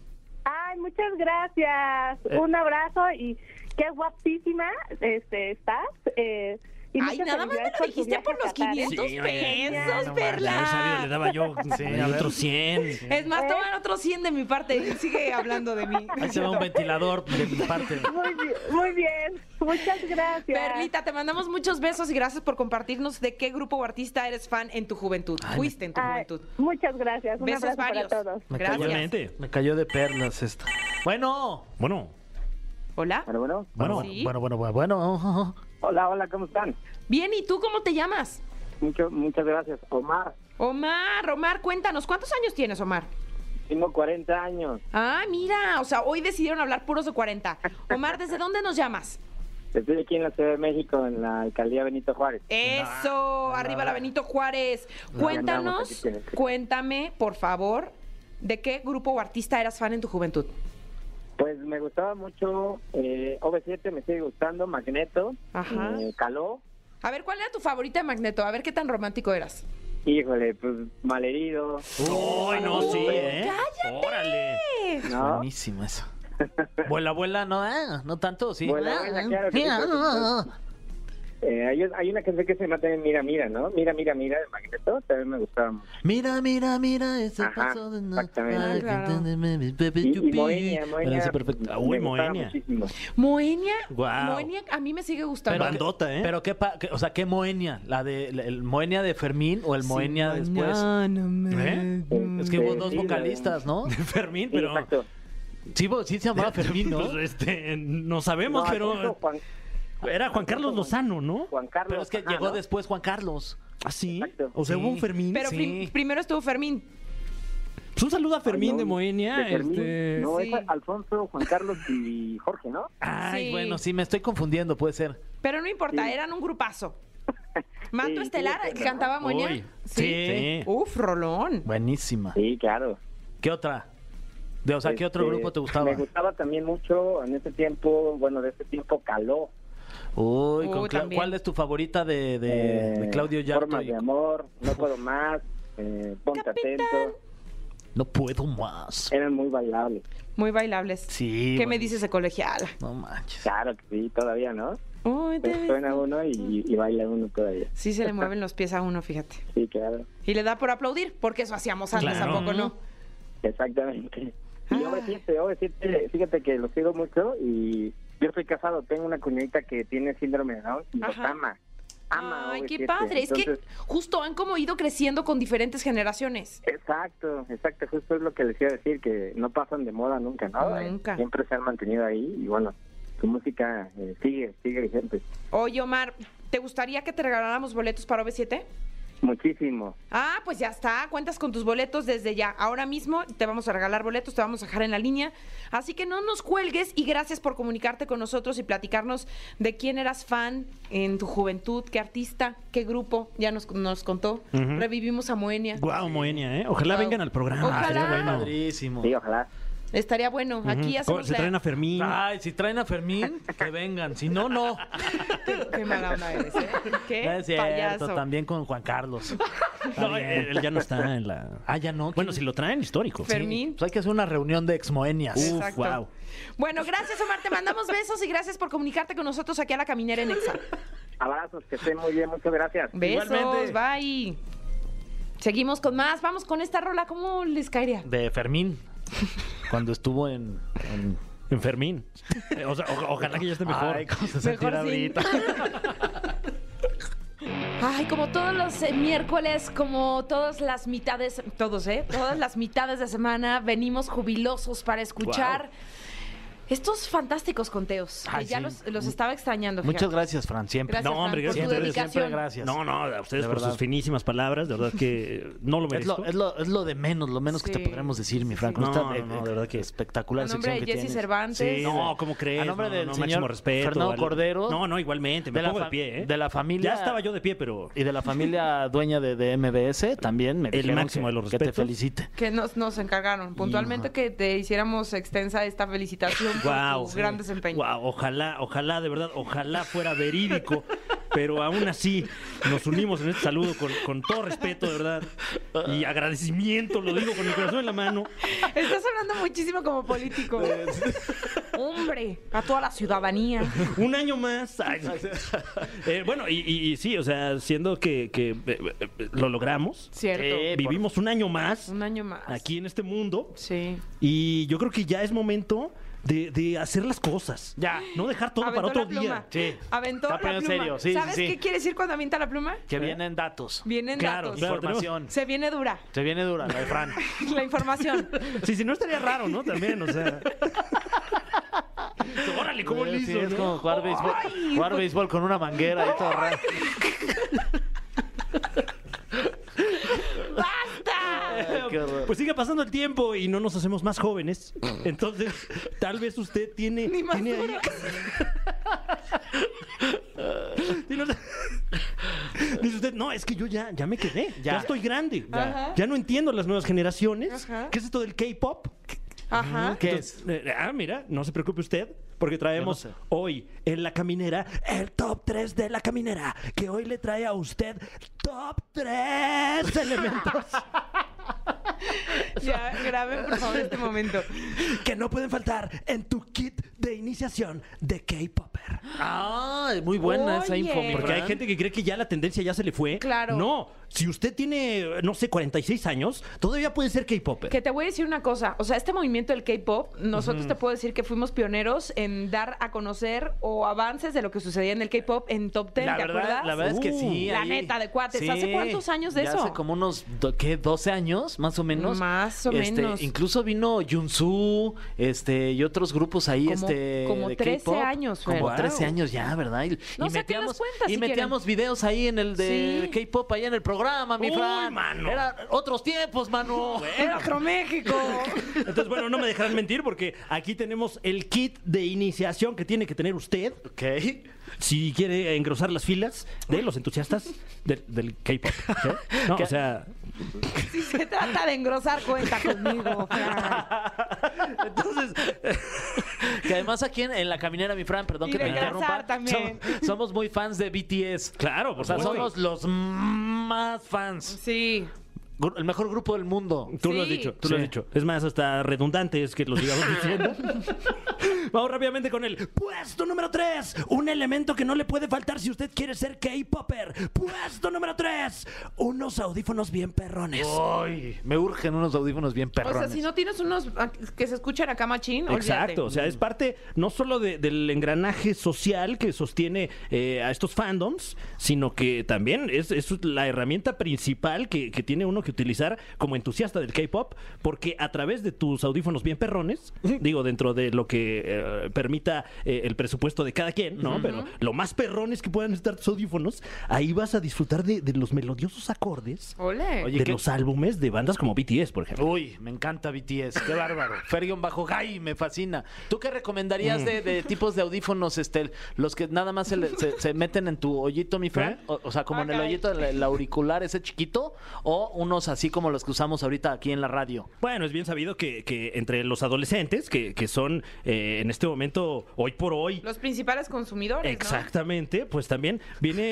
Speaker 5: Ay, muchas gracias.
Speaker 4: Eh.
Speaker 5: Un abrazo y qué guapísima este, estás. Eh, y
Speaker 2: Ay,
Speaker 5: muchas
Speaker 2: nada más me
Speaker 5: felicidades
Speaker 2: lo
Speaker 5: por
Speaker 2: dijiste por
Speaker 5: tu viaje a
Speaker 2: los
Speaker 5: Qatar, ¿eh?
Speaker 2: 500
Speaker 3: Sí, oye,
Speaker 2: pesos,
Speaker 3: No, mames,
Speaker 2: Perla.
Speaker 3: no he sabido, le daba yo
Speaker 4: a ver.
Speaker 3: otros 100.
Speaker 2: Es
Speaker 5: ¿Eh?
Speaker 2: más, toma otros 100 de mi parte. Sigue hablando de mí.
Speaker 4: Ahí se va un ventilador de mi parte.
Speaker 5: Muy bien, muy bien. Muchas gracias.
Speaker 2: Perlita, te mandamos muchos besos y gracias por compartirnos de qué grupo o artista eres fan en tu juventud. Fuiste en tu
Speaker 5: Ay,
Speaker 2: juventud.
Speaker 5: muchas gracias. Un
Speaker 2: Besos
Speaker 5: abrazo
Speaker 2: varios.
Speaker 5: para todos.
Speaker 4: Me
Speaker 2: Gracias.
Speaker 4: cayó, me cayó de perlas esta. Bueno.
Speaker 3: Bueno,
Speaker 2: Hola.
Speaker 6: Bueno, bueno.
Speaker 3: bueno.
Speaker 2: Sí.
Speaker 4: Bueno, bueno, bueno, bueno.
Speaker 6: Hola, hola, ¿cómo están?
Speaker 2: Bien, ¿y tú cómo te llamas?
Speaker 6: Mucho, muchas gracias. Omar,
Speaker 2: Omar, Omar, cuéntanos, ¿cuántos años tienes, Omar?
Speaker 6: tengo 40 años
Speaker 2: Ah, mira, o sea, hoy decidieron hablar puros de 40. Omar, ¿desde dónde nos llamas?
Speaker 6: Estoy aquí en la Ciudad de México, en la alcaldía Benito Juárez.
Speaker 2: Eh. Eso, arriba la Benito Juárez.
Speaker 6: No, andamos,
Speaker 2: Cuéntanos,
Speaker 6: aquí tienes que-
Speaker 2: cuéntame, por favor, de qué grupo o artista eras fan en tu juventud.
Speaker 6: Pues me gustaba mucho eh, OV7, me sigue gustando, Magneto,
Speaker 2: Ajá.
Speaker 6: eh, Caló.
Speaker 2: A ver, ¿cuál era tu favorita de Magneto? A ver qué tan romántico eras.
Speaker 6: Híjole, pues malherido.
Speaker 3: Uy, no, sí,
Speaker 6: Uy,
Speaker 3: ¿eh?
Speaker 2: cállate.
Speaker 3: Órale.
Speaker 6: ¿no?
Speaker 4: Buenísimo eso. Vuela, abuela, no, ah, no tanto, sí.
Speaker 6: Vuela,
Speaker 4: Ah,
Speaker 6: vuela, claro que sí,
Speaker 4: ah,
Speaker 6: por
Speaker 4: ah,
Speaker 6: Eh, hay, hay una canción que se llama también Mira, Mira, ¿no? Mira, Mira, Mira de Magneto, también me gustaba mucho.
Speaker 4: Mira, mira, mira ese
Speaker 6: Ajá,
Speaker 4: paso de no-
Speaker 6: exactamente.
Speaker 4: Ah,
Speaker 2: Ah, claro.
Speaker 6: Y, y Moenia,
Speaker 4: Pero
Speaker 6: Moenia.
Speaker 4: sí, perfecto.
Speaker 3: Ah, uy,
Speaker 6: me gustaba
Speaker 3: Moenia.
Speaker 6: muchísimo.
Speaker 2: Moenia,
Speaker 3: Guau.
Speaker 2: Moenia, a mí me sigue
Speaker 4: Pero
Speaker 2: gustando.
Speaker 4: qué-
Speaker 3: Bandota, ¿eh?
Speaker 4: Pero qué, pa- qué- o sea, qué Moenia, la de la- el Moenia de Fermín o el Moenia después.
Speaker 3: ¿Eh?
Speaker 4: Es que hubo
Speaker 6: Este, Sí,
Speaker 4: dos
Speaker 6: sí, la de-
Speaker 4: vocalistas, ¿no?
Speaker 3: Fermín,
Speaker 6: Sí,
Speaker 3: pero.
Speaker 6: exacto.
Speaker 4: Sí, bo- sí se llamaba Fermín, ¿no?
Speaker 3: Pues, este, no sabemos,
Speaker 6: No, Alfonso
Speaker 3: pero.
Speaker 6: Juan,
Speaker 3: Era Juan Carlos Lozano, ¿no?
Speaker 6: Juan Carlos.
Speaker 4: Pero es que
Speaker 6: ajá,
Speaker 4: llegó
Speaker 6: ¿no?
Speaker 4: después Juan Carlos.
Speaker 3: Así.
Speaker 6: Exacto.
Speaker 3: O sea, hubo un Fermín.
Speaker 2: Pero
Speaker 3: sí.
Speaker 2: prim- primero estuvo Fermín.
Speaker 3: Pues un saludo a Fermín
Speaker 6: Ay, no,
Speaker 3: de Moenia.
Speaker 6: de Fermín.
Speaker 3: este...
Speaker 6: No,
Speaker 2: Sí.
Speaker 6: es Alfonso, Juan Carlos y Jorge, ¿no?
Speaker 4: Ay,
Speaker 2: Sí.
Speaker 4: bueno, sí, me estoy confundiendo, puede ser.
Speaker 2: Pero no importa,
Speaker 6: Sí.
Speaker 2: eran un grupazo. Manto
Speaker 6: Sí, sí,
Speaker 2: Estelar
Speaker 6: es
Speaker 2: que
Speaker 6: bueno,
Speaker 2: cantaba Moenia.
Speaker 3: Uy, sí.
Speaker 2: Uf, Rolón.
Speaker 4: Buenísima.
Speaker 6: Sí, claro.
Speaker 4: ¿Qué otra? De, o sea, ¿qué otro
Speaker 6: Este,
Speaker 4: grupo te gustaba?
Speaker 6: Me gustaba también mucho en ese tiempo, bueno, de ese tiempo Caló.
Speaker 4: Uy, con
Speaker 2: Uy,
Speaker 4: Cla-
Speaker 2: también.
Speaker 4: ¿cuál es tu favorita de, de-
Speaker 6: eh,
Speaker 4: de Claudio Yarto?
Speaker 6: Formas
Speaker 4: y-
Speaker 6: de amor, no puedo más, eh, ponte
Speaker 2: Capitán.
Speaker 6: atento.
Speaker 4: No puedo más.
Speaker 6: Eran muy bailables.
Speaker 2: Muy bailables.
Speaker 4: Sí.
Speaker 2: ¿Qué me
Speaker 4: bueno,
Speaker 2: dices de colegiala?
Speaker 4: No manches.
Speaker 6: Claro que sí, todavía, ¿no?
Speaker 2: Uy, te
Speaker 6: Pues
Speaker 2: ves-
Speaker 6: suena uno y, y baila uno todavía.
Speaker 2: Sí se le mueven los pies a uno, fíjate.
Speaker 6: Sí, claro.
Speaker 2: Y le da por aplaudir, porque eso hacíamos antes,
Speaker 3: Claro.
Speaker 2: ¿a poco no?
Speaker 6: Exactamente. Y
Speaker 2: Ah.
Speaker 6: OV7, OV7, fíjate que lo sigo mucho y yo estoy casado, tengo una cuñadita que tiene síndrome de Down y los
Speaker 2: Ajá.
Speaker 6: ama. Ama
Speaker 2: Ay, qué
Speaker 6: OV7.
Speaker 2: padre. Es
Speaker 6: Entonces,
Speaker 2: que justo han como ido creciendo con diferentes generaciones.
Speaker 6: Exacto, exacto, justo es lo que les iba a decir, que no pasan de moda nunca, ¿no? Eh,
Speaker 2: Nunca.
Speaker 6: Siempre se han mantenido ahí y bueno, su música eh, sigue, sigue vigente.
Speaker 2: Oye, Omar, ¿te gustaría que te regaláramos boletos para OV7?
Speaker 6: Muchísimo.
Speaker 2: Ah, pues ya está, cuentas con tus boletos desde ya. Ahora mismo te vamos a regalar boletos, te vamos a dejar en la línea. Así que no nos cuelgues y gracias por comunicarte con nosotros y platicarnos de quién eras fan en tu juventud, qué artista, qué grupo. Ya nos, nos contó.
Speaker 3: Ujú.
Speaker 2: Revivimos a Moenia.
Speaker 3: Guau, Moenia, ¿eh? Ojalá
Speaker 2: Guau.
Speaker 3: vengan al programa.
Speaker 2: Ojalá.
Speaker 3: Sería bueno.
Speaker 2: Ah.
Speaker 4: Padrísimo.
Speaker 6: Sí, ojalá.
Speaker 2: Estaría bueno. Aquí
Speaker 3: Oh,
Speaker 2: hacemos
Speaker 3: Se
Speaker 2: la-
Speaker 3: traen a Fermín.
Speaker 4: Ay, si traen a Fermín, que vengan. Si no, no.
Speaker 2: Qué mala onda eres, ¿eh? Qué
Speaker 4: No es cierto,
Speaker 2: payaso.
Speaker 4: también con Juan Carlos.
Speaker 3: No,
Speaker 4: eh.
Speaker 3: él, él ya no está en la.
Speaker 4: Ah, ya no.
Speaker 3: Bueno, si
Speaker 4: ¿quién?
Speaker 3: lo traen, histórico.
Speaker 2: Fermín.
Speaker 4: Pues hay que hacer una reunión de exmoenias.
Speaker 3: Uf,
Speaker 2: Exacto.
Speaker 3: guau.
Speaker 2: Bueno, gracias Omar, te mandamos besos y gracias por comunicarte con nosotros aquí a la caminera en Exa.
Speaker 6: Abrazos, que estén muy bien, muchas gracias.
Speaker 2: Besos, bye. Seguimos con más, vamos con esta rola, ¿cómo les caería?
Speaker 4: De Fermín, cuando estuvo en, en,
Speaker 3: Enfermín. Eh, O sea, o- ojalá que ya esté mejor.
Speaker 4: Ay, cómo se
Speaker 2: Mejor
Speaker 4: sentirá
Speaker 2: sin.
Speaker 4: ahorita.
Speaker 2: Ay, como todos los eh, miércoles, como todas las mitades, todos, ¿eh? Todas las mitades de semana venimos jubilosos para escuchar estos fantásticos conteos. que
Speaker 4: Ay,
Speaker 2: ya
Speaker 4: sí.
Speaker 2: los, los estaba extrañando.
Speaker 4: Muchas
Speaker 2: fíjate.
Speaker 4: gracias, Fran, siempre.
Speaker 2: Gracias,
Speaker 3: No, hombre,
Speaker 2: Fran, por
Speaker 3: gracias a
Speaker 2: tu
Speaker 3: ustedes,
Speaker 2: dedicación.
Speaker 4: siempre gracias.
Speaker 3: no, no, a ustedes
Speaker 4: De
Speaker 3: por sus
Speaker 4: verdad.
Speaker 3: finísimas palabras, de verdad que eh, no lo
Speaker 4: Es
Speaker 3: merezco.
Speaker 4: lo, es, lo, es lo de menos, lo menos que
Speaker 2: Sí.
Speaker 4: te podremos decir, mi Fran.
Speaker 3: Sí,
Speaker 4: con
Speaker 3: sí.
Speaker 4: esta,
Speaker 3: No,
Speaker 4: eh,
Speaker 3: no, no, de verdad que-
Speaker 4: espectacular
Speaker 2: A nombre de
Speaker 4: sección que
Speaker 2: Jesse
Speaker 4: tienes.
Speaker 2: Cervantes.
Speaker 4: Sí,
Speaker 3: No, ¿cómo crees?
Speaker 4: A nombre
Speaker 3: No,
Speaker 4: del
Speaker 3: no, máximo
Speaker 4: señor
Speaker 3: respeto,
Speaker 4: Fernando
Speaker 3: vale.
Speaker 4: Cordero.
Speaker 3: No, no, igualmente, me
Speaker 4: de la
Speaker 3: pongo de
Speaker 4: fa-
Speaker 3: pie, ¿eh?
Speaker 4: de la familia-
Speaker 3: Ya estaba yo de pie, pero
Speaker 4: Y de la familia dueña de, de MBS también me
Speaker 3: El
Speaker 4: dijeron
Speaker 3: máximo de
Speaker 4: que,
Speaker 3: los
Speaker 4: que te
Speaker 3: respetos.
Speaker 4: felicite.
Speaker 2: Que nos, nos encargaron puntualmente
Speaker 4: Ajá.
Speaker 2: que te hiciéramos extensa esta felicitación por
Speaker 3: Guau,
Speaker 2: tu
Speaker 3: sí.
Speaker 2: gran desempeño.
Speaker 3: Guau, ojalá, ojalá, de verdad, ojalá fuera verídico. Pero aún así, nos unimos en este saludo con, con todo respeto, de verdad. Y agradecimiento, lo digo con el corazón en la mano.
Speaker 2: Estás hablando muchísimo como político. Hombre, a toda la ciudadanía.
Speaker 3: Un año más. Ay, no. Eh, bueno, y, y- y sí, o sea, siendo que, que, eh, eh, lo logramos,
Speaker 2: Cierto.
Speaker 4: Eh, por-
Speaker 3: vivimos un año más
Speaker 2: Un año más.
Speaker 3: aquí en este mundo.
Speaker 2: Sí.
Speaker 3: Y yo creo que ya es momento de, de hacer las cosas.
Speaker 4: Ya.
Speaker 3: No dejar todo para
Speaker 2: Aventó
Speaker 3: otro
Speaker 2: la pluma.
Speaker 3: día.
Speaker 4: Sí.
Speaker 2: Aventó
Speaker 4: Está
Speaker 2: la pluma.
Speaker 4: poniendo serio, sí, sí,
Speaker 2: ¿Sabes
Speaker 4: sí.
Speaker 2: qué quiere decir cuando avienta la pluma?
Speaker 4: Que vienen datos.
Speaker 2: Vienen
Speaker 3: Claro,
Speaker 2: datos.
Speaker 3: claro.
Speaker 4: Información.
Speaker 2: Se viene dura
Speaker 4: Se viene dura la de Fran.
Speaker 2: la información.
Speaker 3: Sí, si no estaría raro, ¿no? También, o sea. Órale, cómo
Speaker 4: Sí,
Speaker 3: lo hizo.
Speaker 4: sí, es
Speaker 3: ¿no?
Speaker 4: como jugar béisbol,
Speaker 2: Ay,
Speaker 4: jugar
Speaker 2: pues-
Speaker 4: béisbol con una manguera y todo raro.
Speaker 2: ¡Basta!
Speaker 4: Qué horror.
Speaker 3: Pues sigue pasando el tiempo y no nos hacemos más jóvenes. Entonces, tal vez usted tiene.
Speaker 2: Ni más
Speaker 3: tiene ahí-
Speaker 2: dura.
Speaker 3: tiene- Dice usted, no, es que yo ya, ya me quedé. Ya,
Speaker 4: Ya.
Speaker 3: estoy grande.
Speaker 2: Ajá.
Speaker 3: Ya. no entiendo las nuevas generaciones.
Speaker 2: Ajá.
Speaker 3: ¿Qué es esto del K-pop?
Speaker 2: Ajá.
Speaker 4: ¿Qué es?
Speaker 3: Entonces, eh, ah, mira, no se preocupe usted, porque traemos
Speaker 4: Yo no sé.
Speaker 3: hoy en La Caminera el top 3 de La Caminera, que hoy le trae a usted top 3 elementos
Speaker 2: Ya, graben por favor este momento.
Speaker 3: que no pueden faltar en tu kit de iniciación de K-Popper.
Speaker 4: Ah, muy buena esa
Speaker 2: Oye.
Speaker 4: info. mi
Speaker 3: Porque hay
Speaker 4: Fran.
Speaker 3: gente que cree que ya la tendencia ya se le fue.
Speaker 2: Claro.
Speaker 3: No, si usted tiene, no sé, 46 años, todavía puede ser K-Popper.
Speaker 2: Que te voy a decir una cosa, o sea, este movimiento del K-pop, nosotros te puedo decir que fuimos pioneros en dar a conocer o avances de lo que sucedía en el K-pop en Top Ten,
Speaker 4: La
Speaker 2: ¿te
Speaker 4: verdad,
Speaker 2: acuerdas?
Speaker 4: la verdad es que sí.
Speaker 2: La
Speaker 4: ahí-
Speaker 2: neta, de cuates. ¿Hace cuántos años de
Speaker 4: ya
Speaker 2: eso?
Speaker 4: Hace como unos, do- ¿qué? 12 años, más o menos.
Speaker 2: Más o
Speaker 4: Este,
Speaker 2: menos.
Speaker 4: Incluso vino Junsu este, y otros grupos ahí.
Speaker 2: Como-
Speaker 4: este,
Speaker 2: como
Speaker 4: de
Speaker 2: 13
Speaker 4: K-pop.
Speaker 2: años,
Speaker 4: Como
Speaker 2: Fer.
Speaker 4: 13
Speaker 2: Wow.
Speaker 4: años ya, ¿verdad? Y,
Speaker 2: No
Speaker 4: y
Speaker 2: saquen las cuentas,
Speaker 4: Y
Speaker 2: si
Speaker 4: metíamos videos ahí en el de
Speaker 2: Sí.
Speaker 4: K-pop, ahí en el programa, mi
Speaker 3: Uy,
Speaker 4: Fran.
Speaker 3: mano.
Speaker 4: Era otros tiempos, mano.
Speaker 2: Era México.
Speaker 3: Entonces, bueno, no me dejarán mentir porque aquí tenemos el kit de iniciación que tiene que tener usted
Speaker 4: ok.
Speaker 3: si quiere engrosar las filas de los entusiastas del, del K-pop. ¿eh? No, o sea,
Speaker 2: Si se trata de engrosar, cuenta conmigo. Fran.
Speaker 4: Entonces, que además aquí en, en la caminera, mi Fran, perdón
Speaker 2: Y
Speaker 4: que te
Speaker 2: de Gazar
Speaker 4: interrumpa.
Speaker 2: también.
Speaker 4: Somos, somos muy fans de BTS.
Speaker 3: claro, por
Speaker 4: O sea,
Speaker 3: supuesto.
Speaker 4: somos los más fans.
Speaker 2: Sí.
Speaker 4: Gru- El mejor grupo del mundo.
Speaker 3: Tú lo has
Speaker 2: Sí.
Speaker 3: dicho, tú
Speaker 4: Sí.
Speaker 3: lo has dicho. Es más, hasta redundante es que lo sigamos diciendo. Vamos rápidamente con el puesto número 3. Un elemento que no le puede faltar si usted quiere ser K-Popper. Puesto número 3. Unos audífonos bien perrones.
Speaker 4: Ay, me urgen unos audífonos bien
Speaker 2: O
Speaker 4: perrones.
Speaker 2: sea, si no tienes unos ah, que se escuchan acá machín, olvídate.
Speaker 3: Exacto, o sea, es parte no solo de- del engranaje social que sostiene eh, a estos fandoms, sino que también es, es la herramienta principal que, que tiene uno que utilizar como entusiasta del K-pop, porque a través de tus audífonos bien perrones, digo, dentro de lo que eh, permita eh, el presupuesto de cada quien, ¿no? Pero lo más perrones que puedan estar tus audífonos, ahí vas a disfrutar de, de los melodiosos acordes
Speaker 2: Ole.
Speaker 4: Oye,
Speaker 3: de
Speaker 4: ¿qué-
Speaker 3: los álbumes de bandas como BTS, por ejemplo.
Speaker 4: Uy, me encanta BTS, qué bárbaro. Fergion bajo Guy, me fascina. ¿Tú qué
Speaker 3: Mm.
Speaker 4: recomendarías de, de tipos de audífonos, Estel? Los que nada más se, le- se- se meten en tu hoyito, mi Fran.
Speaker 3: ¿Eh?
Speaker 4: O, o sea, como en el
Speaker 2: Ah, caray.
Speaker 4: hoyito del el auricular ese chiquito. O unos así como los que usamos ahorita aquí en la radio.
Speaker 3: Bueno, es bien sabido que, que entre los adolescentes, que, que son eh, en este momento, hoy por hoy,
Speaker 2: Los principales consumidores, ¿no?
Speaker 3: exactamente, pues también viene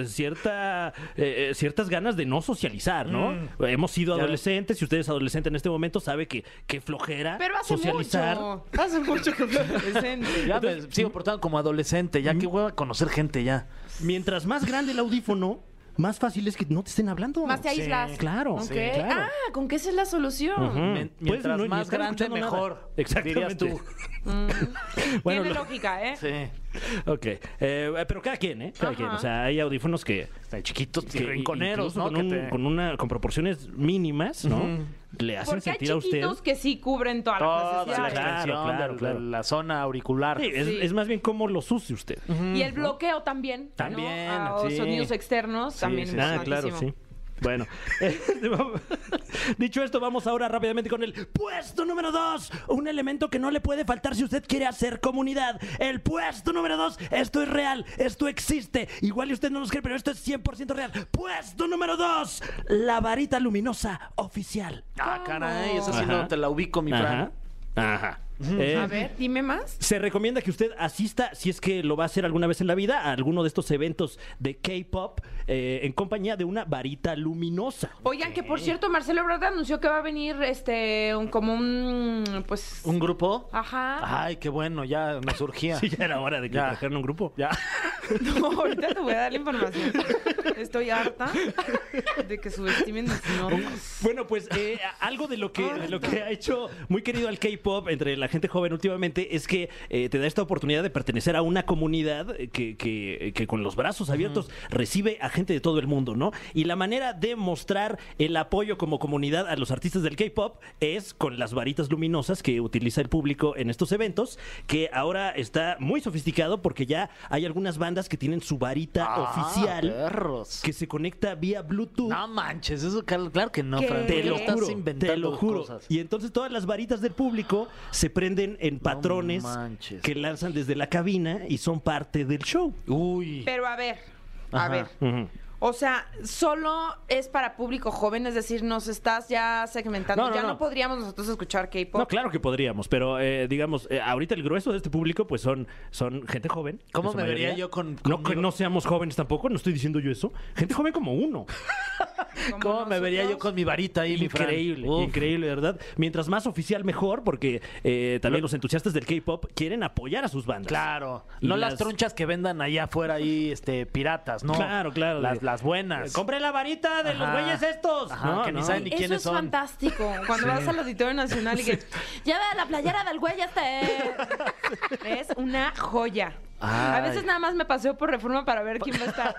Speaker 3: eh, cierta, eh, eh, ciertas ganas de no socializar, ¿no?
Speaker 2: Mm.
Speaker 3: Hemos sido
Speaker 4: Ya.
Speaker 3: adolescentes, y usted es adolescente en este momento, sabe que, que flojera
Speaker 2: Pero hace
Speaker 3: socializar.
Speaker 2: mucho. Hace mucho que fue adolescente.
Speaker 4: Ya pues,
Speaker 3: Mm.
Speaker 4: me sigo portando como adolescente, ya que voy a conocer gente ya.
Speaker 3: Mientras más grande el audífono, más fácil es que no te estén hablando.
Speaker 2: Más te
Speaker 4: Sí,
Speaker 2: aíslas.
Speaker 3: claro,
Speaker 2: Ok.
Speaker 3: sí, claro.
Speaker 2: Ah, ¿con qué esa es la solución?
Speaker 3: Ujú.
Speaker 4: Men-
Speaker 3: Pues,
Speaker 4: mientras
Speaker 3: no, ni
Speaker 4: más
Speaker 3: están
Speaker 4: grande,
Speaker 3: escuchando nada.
Speaker 4: mejor. Dirías
Speaker 3: Exactamente.
Speaker 4: tú.
Speaker 3: Bueno,
Speaker 2: Mm. Tiene
Speaker 3: lo-
Speaker 2: lógica, ¿eh?
Speaker 4: Sí.
Speaker 3: Ok, eh, pero cada quien, ¿eh? Cada
Speaker 2: Ajá.
Speaker 3: quien. O sea, hay audífonos que.
Speaker 4: Están chiquitos y
Speaker 3: que
Speaker 4: rinconeros,
Speaker 3: incluso
Speaker 4: ¿no?
Speaker 3: Con,
Speaker 4: Que
Speaker 3: un-
Speaker 4: te-
Speaker 3: con una, con proporciones mínimas, ¿no? Le hacen
Speaker 2: Porque hay
Speaker 3: sentir a usted.
Speaker 2: chiquitos que sí cubren todas las
Speaker 4: Toda la
Speaker 2: necesidades.
Speaker 3: Claro,
Speaker 4: extensión de
Speaker 3: claro,
Speaker 4: la-
Speaker 3: claro.
Speaker 4: la zona auricular.
Speaker 3: Sí, es,
Speaker 2: Sí.
Speaker 3: es más bien cómo los use usted.
Speaker 2: Y el bloqueo también. ¿no?
Speaker 4: También,
Speaker 2: A- o
Speaker 4: sí.
Speaker 2: sonidos externos también.
Speaker 4: sí, sí.
Speaker 3: Ah,
Speaker 2: importantísimo.
Speaker 3: claro, sí. Bueno, este, dicho esto, vamos ahora rápidamente con el puesto número 2. Un elemento que no le puede faltar si usted quiere hacer comunidad. El puesto número 2. Esto es real, esto existe. Igual y usted no nos cree, pero esto es 100% real. Puesto número 2. La varita luminosa oficial.
Speaker 4: Ah, caray, esa sí
Speaker 3: Ajá.
Speaker 4: no te la ubico, mi Fran.
Speaker 3: Ajá. Eh,
Speaker 2: A ver, dime más.
Speaker 3: Se recomienda que usted asista, si es que lo va a hacer alguna vez en la vida, a alguno de estos eventos de K-pop eh, en compañía de una varita luminosa.
Speaker 2: Oigan, que por cierto, Marcelo Ebrard anunció que va a venir este un, como un pues
Speaker 4: ¿Un grupo?
Speaker 2: ajá.
Speaker 4: Ay, qué bueno, ya nos surgía.
Speaker 3: Sí, ya era hora de que
Speaker 4: Ya.
Speaker 3: trajeran un grupo.
Speaker 4: Ya.
Speaker 2: No, ahorita te voy a dar la información. Estoy harta de que subestimen mis notas.
Speaker 3: Bueno, pues eh, algo de lo que de lo que ha hecho muy querido al K-pop entre la gente joven últimamente es que eh, te da esta oportunidad de pertenecer a una comunidad eh, que, que- que con los brazos abiertos recibe a gente de todo el mundo, ¿no? Y la manera de mostrar el apoyo como comunidad a los artistas del K-pop es con las varitas luminosas que utiliza el público en estos eventos, que ahora está muy sofisticado porque ya hay algunas bandas que tienen su varita
Speaker 4: Ah,
Speaker 3: oficial
Speaker 4: perros.
Speaker 3: que se conecta vía Bluetooth.
Speaker 4: No manches, eso claro, claro que no,
Speaker 2: ¿Qué?
Speaker 4: Fran.
Speaker 3: Te
Speaker 2: ¿Por
Speaker 3: lo
Speaker 2: qué
Speaker 4: estás
Speaker 3: juro,
Speaker 4: inventando
Speaker 3: te lo juro.
Speaker 4: cosas?
Speaker 3: Y entonces todas las varitas del público se prenden en patrones
Speaker 4: manches.
Speaker 3: que lanzan desde la cabina y son parte del show.
Speaker 4: Uy.
Speaker 2: Pero a ver, a
Speaker 4: Ajá.
Speaker 2: ver. O sea, solo es para público joven, es decir, nos estás ya segmentando.
Speaker 3: No, no,
Speaker 2: ya no.
Speaker 3: no.
Speaker 2: podríamos nosotros escuchar K-pop.
Speaker 3: No, claro que podríamos, pero eh, digamos, eh, ahorita el grueso de este público pues son, son gente joven.
Speaker 4: ¿Cómo
Speaker 3: en su
Speaker 4: me vería yo con-
Speaker 3: No, que
Speaker 4: conmigo?
Speaker 3: no seamos jóvenes tampoco, no estoy diciendo yo eso. Gente joven como uno.
Speaker 2: como
Speaker 4: ¿Cómo me vería yo
Speaker 2: nosotros.
Speaker 4: con mi varita ahí, mi Fran?
Speaker 3: increíble,
Speaker 4: Uf.
Speaker 3: increíble, de ¿verdad? Mientras más oficial, mejor, porque eh, también los entusiastas del K-Pop quieren apoyar a sus bandas.
Speaker 4: Claro,
Speaker 3: Y
Speaker 4: no las...
Speaker 3: las-
Speaker 4: tronchas que vendan allá afuera ahí, este, piratas, ¿no?
Speaker 3: Claro, claro.
Speaker 4: Las,
Speaker 3: de-
Speaker 4: las buenas.
Speaker 3: Compre la varita de los
Speaker 4: Ajá.
Speaker 3: güeyes estos.
Speaker 4: Ajá, que ni saben ni-
Speaker 2: Eso
Speaker 4: quiénes
Speaker 2: es
Speaker 4: son.
Speaker 2: fantástico. Cuando vas al Auditorio Nacional y que lleva la playera del güey este. es una joya. A
Speaker 4: Ay.
Speaker 2: veces nada más me paseo por reforma para ver quién va a estar.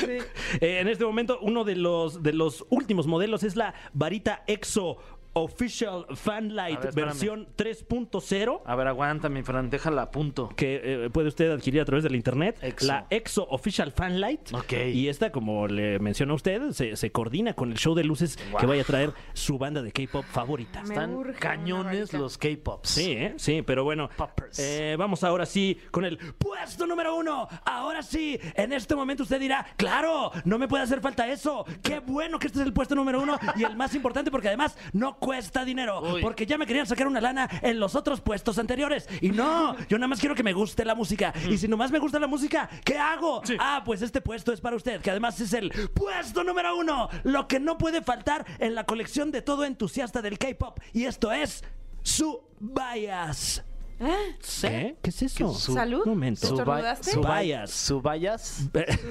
Speaker 2: Sí.
Speaker 3: Eh, en este momento, uno de los, de los últimos modelos es la varita EXO Official Fan Light
Speaker 4: A ver, espérame.
Speaker 3: versión 3.0.
Speaker 4: A ver, aguanta, mi Fran, déjala a punto.
Speaker 3: que eh, puede usted adquirir a través del internet,
Speaker 4: Exo.
Speaker 3: la EXO Official Fan Light.
Speaker 4: Ok.
Speaker 3: Y esta, como le menciona usted, se, se coordina con el show de luces que
Speaker 4: Guau.
Speaker 3: vaya a traer su banda de K-pop favorita.
Speaker 2: Me
Speaker 4: Están
Speaker 2: urge una
Speaker 4: cañones
Speaker 2: varita.
Speaker 4: los K-Pops.
Speaker 3: Sí, ¿eh? sí, pero bueno.
Speaker 4: Poppers.
Speaker 3: eh, vamos ahora sí con el puesto número uno. Ahora sí, en este momento usted dirá, claro, no me puede hacer falta eso. Qué bueno que este es el puesto número uno y el más importante porque además no cuesta dinero.
Speaker 4: Uy.
Speaker 3: Porque ya me querían sacar una lana en los otros puestos anteriores. Y no, yo nada más quiero que me guste la música. Y si nomás me gusta la música, ¿qué hago? Ah, pues este puesto es para usted, que además es el puesto número uno. Lo que no puede faltar en la colección de todo entusiasta del K-Pop. Y esto es su bias.
Speaker 2: ¿Eh?
Speaker 3: ¿Eh? ¿Qué es eso?
Speaker 4: Su-
Speaker 2: ¿Salud?
Speaker 3: Un momento.
Speaker 2: Su- ¿Estornudaste?
Speaker 4: Su
Speaker 3: Subayas.
Speaker 4: Subayas.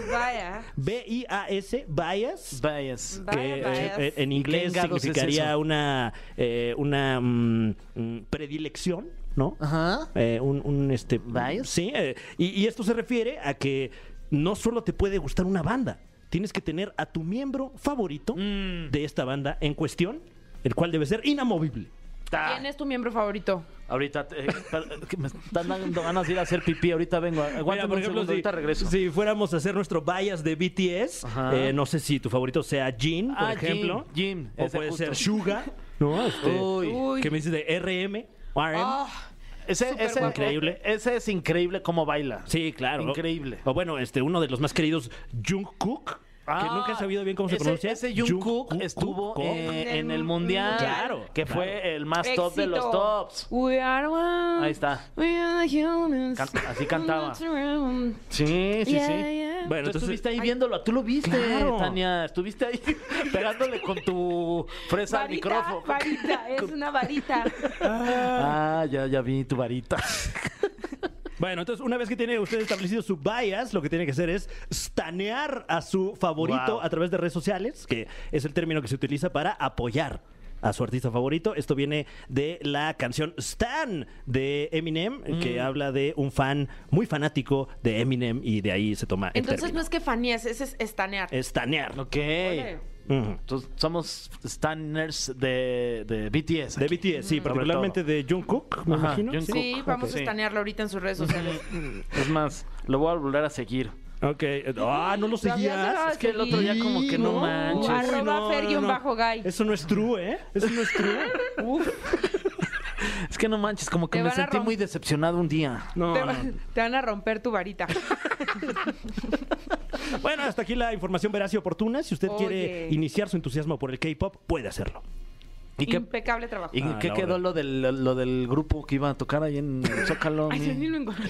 Speaker 2: Vaya.
Speaker 3: B-I-A-S, bias.
Speaker 4: Bayas.
Speaker 2: Vaya,
Speaker 3: que, eh,
Speaker 2: vaya.
Speaker 3: eh, en inglés
Speaker 4: ¿Qué engados es
Speaker 3: significaría
Speaker 4: eso?
Speaker 3: una, eh, una mm, mm, predilección, ¿no?
Speaker 4: Ajá.
Speaker 3: Eh, un, un, este
Speaker 4: ¿Bias?
Speaker 3: sí eh, y, y esto se refiere a que no solo te puede gustar una banda tienes que tener a tu miembro favorito
Speaker 4: Mm.
Speaker 3: de esta banda en cuestión el cual debe ser inamovible
Speaker 4: Ta.
Speaker 2: ¿Quién es tu miembro favorito?
Speaker 4: Ahorita eh, per- que me están dando ganas de ir a hacer pipí. Ahorita vengo. Aguántame
Speaker 3: Mira, por
Speaker 4: un segundo,
Speaker 3: ejemplo, si,
Speaker 4: ahorita regreso.
Speaker 3: si fuéramos a hacer nuestro bias de BTS,
Speaker 4: Ajá.
Speaker 3: eh, no sé si tu favorito sea Jin, por
Speaker 4: Ah, Jin,
Speaker 3: ejemplo.
Speaker 4: Jin,
Speaker 3: o
Speaker 4: ese
Speaker 3: puede
Speaker 4: justo.
Speaker 3: ser Suga, ¿no? Este,
Speaker 4: Uy.
Speaker 2: Uy.
Speaker 3: ¿Qué me dices de RM? RM.
Speaker 2: Ah,
Speaker 4: Ese,
Speaker 2: Súper
Speaker 4: ese-
Speaker 2: guapo.
Speaker 3: Increíble.
Speaker 4: Ese es increíble cómo baila.
Speaker 3: Sí, claro.
Speaker 4: Increíble.
Speaker 3: O bueno, este, uno de los más queridos, Jungkook, que
Speaker 4: Ah,
Speaker 3: nunca he sabido bien cómo se
Speaker 4: ese-
Speaker 3: pronuncia.
Speaker 4: Ese Jungkook
Speaker 3: Jungkook,
Speaker 4: estuvo
Speaker 3: Cook.
Speaker 4: eh, en el mundial.
Speaker 3: Claro,
Speaker 4: Que
Speaker 3: claro.
Speaker 4: fue el más top de los
Speaker 2: éxito.
Speaker 4: tops.
Speaker 2: We are one.
Speaker 4: Ahí está.
Speaker 2: We are the humans.
Speaker 4: Can- así cantaba.
Speaker 2: Sí,
Speaker 4: Sí, sí,
Speaker 2: yeah, yeah.
Speaker 3: Bueno,
Speaker 4: tú
Speaker 3: entonces
Speaker 4: estuviste ahí viéndolo, tú lo viste,
Speaker 3: Claro.
Speaker 4: Tania, estuviste ahí pegándole con tu fresa al
Speaker 2: Varita,
Speaker 4: micrófono.
Speaker 2: varita, es una varita.
Speaker 4: Ah, ya, ya vi tu varita.
Speaker 3: Bueno, entonces una vez que tiene usted establecido su bias, lo que tiene que hacer es stanear a su favorito
Speaker 4: Wow.
Speaker 3: a través de redes sociales, que es el término que se utiliza para apoyar a su artista favorito. Esto viene de la canción Stan de Eminem,
Speaker 4: Mm.
Speaker 3: que habla de un fan muy fanático de Eminem y de ahí se toma el
Speaker 2: Entonces no
Speaker 3: término.
Speaker 2: es que fanías, ese es estanear.
Speaker 3: Stanear.
Speaker 4: Ok.
Speaker 2: Ole.
Speaker 3: Ujú.
Speaker 4: Entonces, somos standers de, de BTS.
Speaker 3: De
Speaker 4: aquí.
Speaker 3: BTS, sí,
Speaker 4: Sobre
Speaker 3: particularmente
Speaker 4: todo.
Speaker 3: de Jungkook, me
Speaker 4: Ajá,
Speaker 3: imagino.
Speaker 4: Jungkook.
Speaker 2: Sí, vamos
Speaker 4: Sí.
Speaker 2: a estanearlo ahorita en sus redes sociales.
Speaker 4: Es más, lo voy a volver a seguir.
Speaker 3: Ok. Ah, no
Speaker 2: Lo
Speaker 3: lo
Speaker 2: habías dejado
Speaker 3: seguías.
Speaker 2: de
Speaker 4: Es que el otro día
Speaker 2: seguir.
Speaker 4: como que no
Speaker 2: No,
Speaker 4: manches.
Speaker 2: arroba fer-guy.
Speaker 3: Eso no es true, ¿eh? Eso no es true.
Speaker 2: Uf,
Speaker 4: Es que no manches, como que
Speaker 2: Te
Speaker 4: me
Speaker 2: van a
Speaker 4: sentí
Speaker 2: romp-
Speaker 4: muy decepcionado un día.
Speaker 3: No,
Speaker 2: te,
Speaker 3: no,
Speaker 2: va- te van a romper tu varita.
Speaker 3: Bueno, hasta aquí la información veraz y oportuna. Si usted quiere
Speaker 2: Oye.
Speaker 3: iniciar su entusiasmo por el K-pop, puede hacerlo.
Speaker 4: ¿Y qué,
Speaker 2: Impecable trabajo.
Speaker 4: y
Speaker 3: Ah,
Speaker 4: qué
Speaker 3: la
Speaker 4: quedó
Speaker 3: verdad.
Speaker 4: lo del, lo del grupo que iba a tocar ahí en Zócalo?
Speaker 2: Ay,
Speaker 4: mi?
Speaker 2: yo ni lo encontré.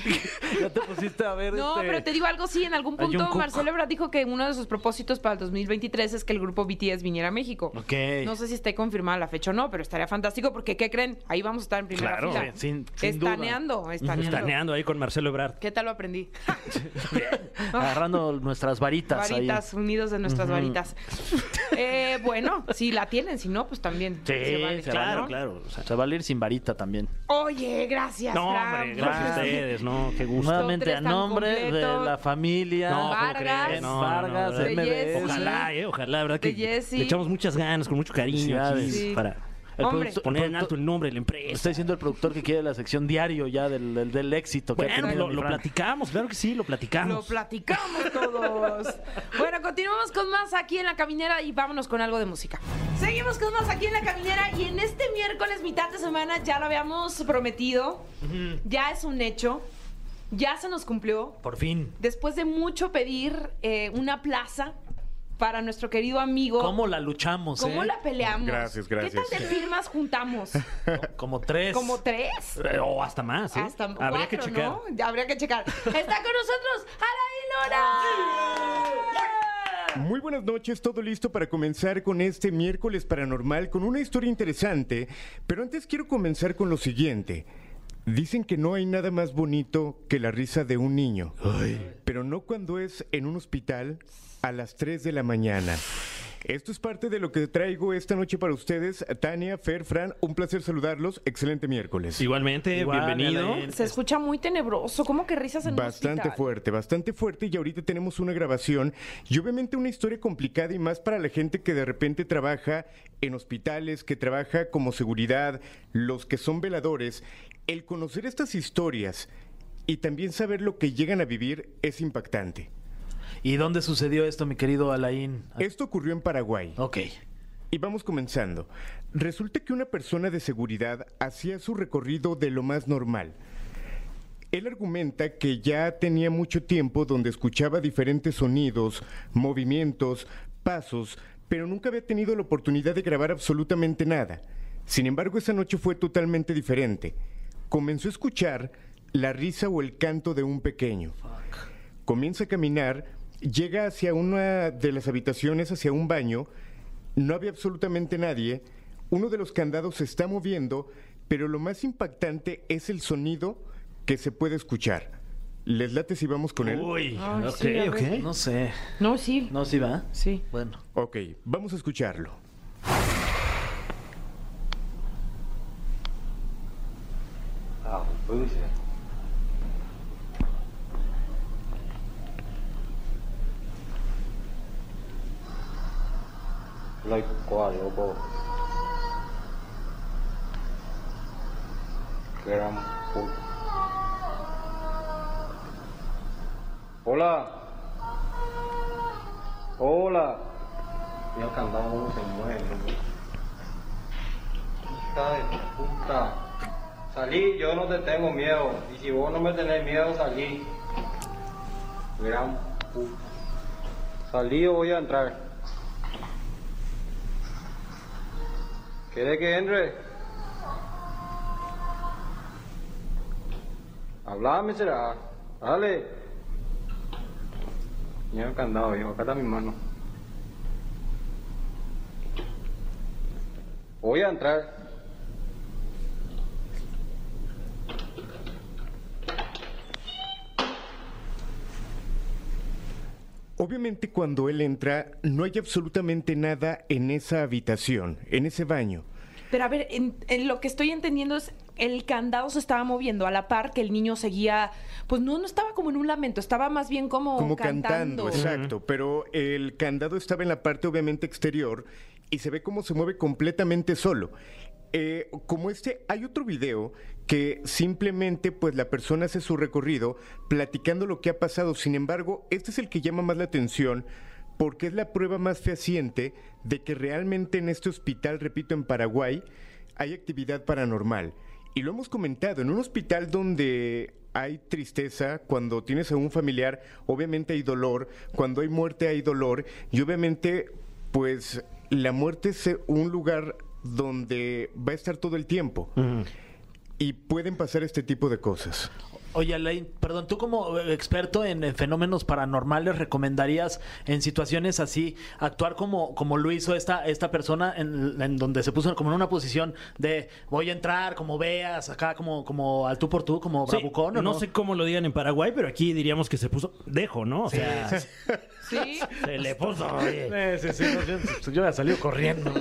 Speaker 4: Ya te pusiste a ver
Speaker 2: No,
Speaker 4: este-
Speaker 2: pero te digo algo, sí, en algún
Speaker 4: hay un
Speaker 2: punto
Speaker 4: cuco.
Speaker 2: Marcelo Ebrard dijo que uno de sus propósitos para el 2023 es que el grupo BTS viniera a México.
Speaker 4: Ok.
Speaker 2: No sé si esté confirmada la fecha o no, pero estaría fantástico porque, ¿qué creen? Ahí vamos a estar en primera
Speaker 4: Claro,
Speaker 2: fila.
Speaker 4: sí, sin- sin duda.
Speaker 2: estaneando, estaneando.
Speaker 3: Estaneando ahí con Marcelo Ebrard.
Speaker 2: ¿Qué tal lo aprendí?
Speaker 4: Agarrando nuestras varitas,
Speaker 2: varitas, unidos de nuestras varitas. Eh, bueno, si la tienen, si no, pues también.
Speaker 4: Sí, se
Speaker 2: claro,
Speaker 4: vale.
Speaker 3: Claro, o sea,
Speaker 4: ahí. Se va a ir sin varita también.
Speaker 2: Oye, gracias.
Speaker 3: no,
Speaker 2: Fran,
Speaker 3: hombre,
Speaker 2: por
Speaker 3: gracias a
Speaker 2: tus-
Speaker 3: ustedes, no, qué gusto.
Speaker 4: Nuevamente
Speaker 2: tres
Speaker 4: a
Speaker 2: tan
Speaker 4: nombre de
Speaker 2: completos.
Speaker 4: la familia
Speaker 3: No, ¿cómo
Speaker 2: Vargas.
Speaker 3: crees? No, no, no,
Speaker 4: Vargas,
Speaker 3: de
Speaker 4: MBS.
Speaker 2: Jessy.
Speaker 3: Ojalá, eh, ojalá, la verdad que
Speaker 2: De Jessy.
Speaker 3: le echamos muchas ganas, con mucho cariño aquí
Speaker 4: Felicidades.
Speaker 2: Sí.
Speaker 3: para
Speaker 4: El
Speaker 2: Hombre.
Speaker 4: productor-
Speaker 3: poner en
Speaker 4: productor-
Speaker 3: alto el nombre de la
Speaker 4: Está
Speaker 3: empresa.
Speaker 4: diciendo el productor que quiere la sección diario ya del, del, del éxito que ha
Speaker 3: Bueno,
Speaker 4: tenido
Speaker 3: lo,
Speaker 4: mi
Speaker 3: lo
Speaker 4: Fran.
Speaker 3: platicamos, claro que sí, lo
Speaker 2: Lo
Speaker 3: platicamos.
Speaker 2: platicamos todos. bueno, continuamos con más aquí en la caminera y vámonos con algo de música. Seguimos con más aquí en la caminera y en este miércoles, mitad de semana, ya lo habíamos prometido. Ya es un hecho. Ya se nos cumplió.
Speaker 4: Por fin.
Speaker 2: Después de mucho pedir eh, una plaza para nuestro querido amigo.
Speaker 4: ¿Cómo la luchamos,
Speaker 2: ¿Cómo
Speaker 4: eh?
Speaker 2: la peleamos?
Speaker 7: Gracias,
Speaker 2: ¿Qué
Speaker 7: gracias.
Speaker 2: tal de firmas juntamos?
Speaker 4: Como tres.
Speaker 2: ¿Como tres?
Speaker 3: Eh, O hasta más, ¿eh?
Speaker 2: Hasta
Speaker 3: Habría
Speaker 2: cuatro,
Speaker 3: que checar.
Speaker 2: ¿no? Ya Habría que checar. Está con nosotros Alain Lora.
Speaker 7: Muy buenas noches, todo listo para comenzar con este miércoles paranormal con una historia interesante, pero antes quiero comenzar con lo siguiente. Dicen que no hay nada más bonito que la risa de un niño, pero no cuando es en un hospital a las 3 de la mañana. Esto es parte de lo que traigo esta noche para ustedes. Tania, Fer, Fran, un placer saludarlos. Excelente miércoles.
Speaker 3: Igualmente,
Speaker 4: Igual,
Speaker 3: bienvenido.
Speaker 4: Alain.
Speaker 2: Se escucha muy tenebroso. ¿Cómo que risas en un
Speaker 7: Bastante
Speaker 2: hospital?
Speaker 7: fuerte, bastante fuerte y ahorita tenemos una grabación y obviamente una historia complicada y más para la gente que de repente trabaja en hospitales, que trabaja como seguridad, los que son veladores, el conocer estas historias y también saber lo que llegan a vivir es impactante.
Speaker 4: ¿Y dónde sucedió esto, mi querido Alain?
Speaker 7: Esto ocurrió en Paraguay.
Speaker 4: Ok.
Speaker 7: Y vamos comenzando. Resulta que una persona de seguridad hacía su recorrido de lo más normal. Él argumenta que ya tenía mucho tiempo donde escuchaba diferentes sonidos, movimientos, pasos, pero nunca había tenido la oportunidad de grabar absolutamente nada. Sin embargo, esa noche fue totalmente diferente. Comenzó a escuchar la risa o el canto de un pequeño comienza a caminar, llega hacia una de las habitaciones, hacia un baño, no había absolutamente nadie, uno de los candados se está moviendo, pero lo más impactante es el sonido que se puede escuchar. ¿Les late si vamos con él?
Speaker 3: Uy,
Speaker 2: Ay,
Speaker 3: ok,
Speaker 2: sí, a ver.
Speaker 3: ok.
Speaker 4: No sé.
Speaker 2: No, sí.
Speaker 4: No, sí va.
Speaker 2: Sí.
Speaker 4: Bueno.
Speaker 7: Ok, vamos a escucharlo.
Speaker 8: like qua your bow. Gram food. Hola. Hola. Yo cantaba como se muere. Hija de tu puta. Salí, yo no te tengo miedo. Y si vos no me tenés miedo, salí. Gran puta. Salí o voy a entrar. ¿Quiere que entre? Hablame será. Dale. Lleva el candado, hijo. Acá está mi mano. Voy a entrar.
Speaker 7: Obviamente cuando él entra no hay absolutamente nada en esa habitación, en ese baño.
Speaker 2: Pero a ver, en, en lo que estoy entendiendo es el candado se estaba moviendo a la par que el niño seguía, pues no, no estaba como en un lamento, estaba más bien como,
Speaker 7: Como cantando, exacto. Pero el candado estaba en la parte obviamente exterior y se ve cómo se mueve completamente solo. Eh, como este, hay otro video que simplemente pues la persona hace su recorrido platicando lo que ha pasado. Sin embargo, este es el que llama más la atención porque es la prueba más fehaciente de que realmente en este hospital, repito, en Paraguay, hay actividad paranormal. Y lo hemos comentado, en un hospital donde hay tristeza, cuando tienes a un familiar, obviamente hay dolor, cuando hay muerte hay dolor, y obviamente pues la muerte es eh, un lugar donde va a estar todo el tiempo. Y pueden pasar este tipo de cosas.
Speaker 4: Oye, Alain, perdón, tú como eh, experto en eh, fenómenos paranormales, ¿recomendarías en situaciones así actuar como, como lo hizo esta, esta persona en, en donde se puso como en una posición de voy a entrar, como veas, acá como, como al tú por tú, como
Speaker 3: Sí,
Speaker 4: bravucón?
Speaker 3: no,
Speaker 4: ¿o no
Speaker 3: sé cómo lo digan en Paraguay, pero aquí diríamos que se puso dejo, ¿no? O sea,
Speaker 2: Sí,
Speaker 3: se le puso. oye.
Speaker 4: Eh, sí, sí, no, yo, yo había salido corriendo. ¿no?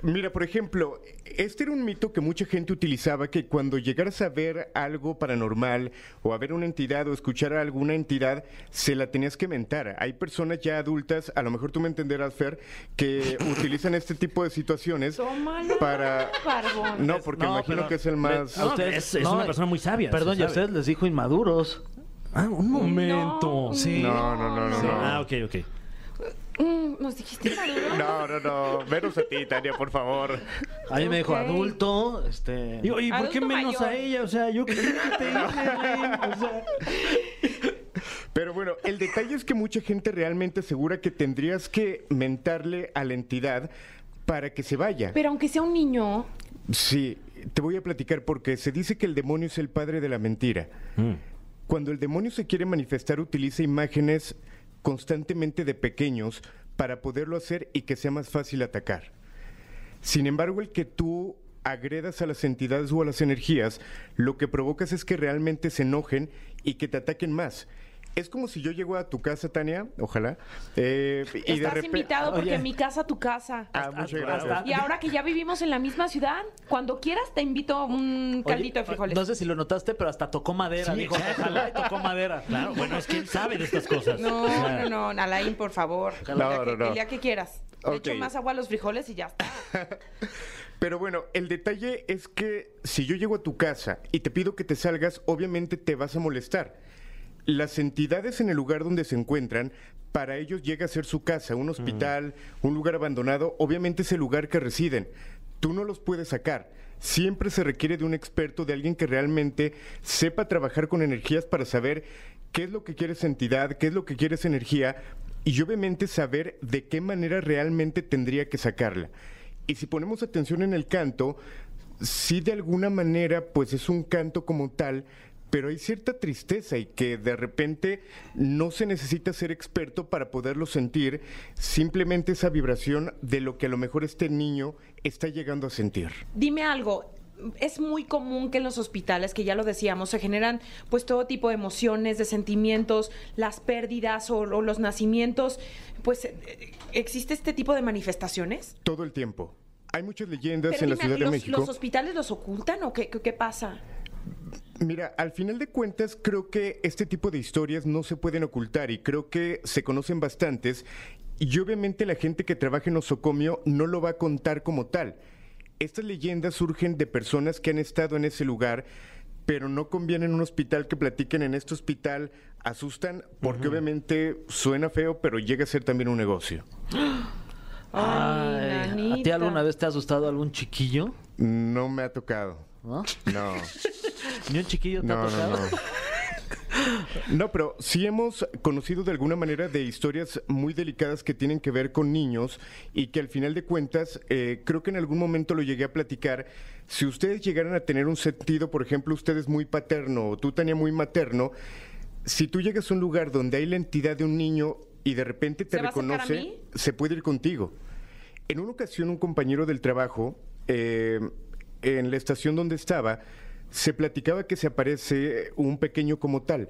Speaker 7: Mira, por ejemplo, este era un mito que mucha gente utilizaba que cuando llegaras a ver algo paranormal o a ver una entidad o escuchar a alguna entidad, se la tenías que mentar. Hay personas ya adultas, a lo mejor tú me entenderás, Fer, que utilizan este tipo de situaciones
Speaker 2: Tómalo,
Speaker 7: para...
Speaker 2: barbón.
Speaker 7: No, porque
Speaker 4: No,
Speaker 7: imagino
Speaker 4: pero-
Speaker 7: que es el más...
Speaker 3: No, es- es una persona muy sabia,
Speaker 4: Perdón,
Speaker 3: se
Speaker 4: y a
Speaker 3: sabe.
Speaker 4: ustedes les dijo inmaduros.
Speaker 3: Ah, un momento.
Speaker 2: No,
Speaker 4: Sí.
Speaker 7: No, no, no, no,
Speaker 3: Sí. Ah,
Speaker 7: no.
Speaker 3: ok, ok.
Speaker 2: Mm, Nos dijiste maduro.
Speaker 7: No, no, no. Menos a ti, Tania, por favor.
Speaker 4: A mí me dijo
Speaker 2: Ok.
Speaker 4: adulto, este...
Speaker 3: Y, oye, ¿por qué
Speaker 2: Adulto
Speaker 3: menos
Speaker 2: mayor.
Speaker 3: a ella? O sea, yo qué sé que te dije, Elaine? O sea,
Speaker 7: Pero bueno, el detalle es que mucha gente realmente asegura que tendrías que mentarle a la entidad para que se vaya.
Speaker 2: Pero aunque sea un niño,
Speaker 7: Sí, te voy a platicar porque se dice que el demonio es el padre de la mentira. Cuando el demonio se quiere manifestar utiliza imágenes constantemente de pequeños para poderlo hacer y que sea más fácil atacar. Sin embargo, el que tú agredas a las entidades o a las energías, lo que provocas es que realmente se enojen y que te ataquen más. Es como si yo llego a tu casa, Tania, ojalá, eh, y de
Speaker 2: estás
Speaker 7: repe-
Speaker 2: invitado porque
Speaker 4: Oye.
Speaker 2: mi casa, tu casa.
Speaker 7: Ah, muchas gracias.
Speaker 2: Y ahora que ya vivimos en la misma ciudad, cuando quieras te invito a un
Speaker 4: Oye, ah,
Speaker 2: caldito de frijoles.
Speaker 4: No sé si lo notaste, pero hasta tocó madera.
Speaker 3: Sí,
Speaker 4: dijo,
Speaker 3: exacto.
Speaker 4: ojalá y tocó madera.
Speaker 3: claro, bueno, es que él sabe de estas cosas.
Speaker 2: No,
Speaker 3: O
Speaker 4: Ah.
Speaker 3: sea,
Speaker 2: no, no, Alain, por favor. El
Speaker 7: No,
Speaker 2: día
Speaker 7: no,
Speaker 2: que-
Speaker 7: no.
Speaker 2: El día que quieras. Le echo
Speaker 7: Ok.
Speaker 2: más agua a los frijoles y ya está.
Speaker 7: Pero bueno, el detalle es que si yo llego a tu casa y te pido que te salgas, obviamente te vas a molestar. Las entidades en el lugar donde se encuentran, para ellos llega a ser su casa, un hospital, un lugar abandonado, obviamente es el lugar que residen. Tú no los puedes sacar. Siempre se requiere de un experto, de alguien que realmente sepa trabajar con energías para saber qué es lo que quiere esa entidad, qué es lo que quiere esa energía y obviamente saber de qué manera realmente tendría que sacarla. Y si ponemos atención en el canto, sí de alguna manera, pues es un canto como tal, pero hay cierta tristeza y que de repente no se necesita ser experto para poderlo sentir, simplemente esa vibración de lo que a lo mejor este niño está llegando a sentir.
Speaker 2: Dime algo. Es muy común que en los hospitales, que ya lo decíamos, se generan pues todo tipo de emociones, de sentimientos, las pérdidas o, o los nacimientos. Pues, eh, ¿existe este tipo de manifestaciones?
Speaker 7: Todo el tiempo. Hay muchas leyendas
Speaker 2: Pero
Speaker 7: en la
Speaker 2: dime,
Speaker 7: Ciudad de
Speaker 2: ¿los,
Speaker 7: México.
Speaker 2: ¿Los hospitales los ocultan o qué, qué- qué pasa?
Speaker 7: Mira, al final de cuentas creo que este tipo de historias no se pueden ocultar y creo que se conocen bastantes y obviamente la gente que trabaja en nosocomio no lo va a contar como tal. Estas leyendas surgen de personas que han estado en ese lugar, pero no conviene en un hospital que platiquen en este hospital, asustan porque obviamente suena feo, pero llega a ser también un negocio.
Speaker 2: Ay,
Speaker 4: Ay, ¿A ti
Speaker 2: nanita.
Speaker 4: alguna vez te ha asustado algún chiquillo?
Speaker 7: No me ha tocado.
Speaker 4: ¿No?
Speaker 7: No.
Speaker 4: ¿Ni un chiquillo te ha
Speaker 7: No, no,
Speaker 4: tocado?
Speaker 7: no. No, pero sí hemos conocido de alguna manera de historias muy delicadas que tienen que ver con niños y que al final de cuentas, eh, creo que en algún momento lo llegué a platicar. Si ustedes llegaran a tener un sentido, por ejemplo, ustedes muy paterno o tú, Tania, muy materno, si tú llegas a un lugar donde hay la entidad de un niño y de repente te
Speaker 2: ¿Se va a acercar a
Speaker 7: reconoce,
Speaker 2: mí?
Speaker 7: se puede ir contigo. En una ocasión, un compañero del trabajo, eh, en la estación donde estaba, se platicaba que se aparece un pequeño como tal.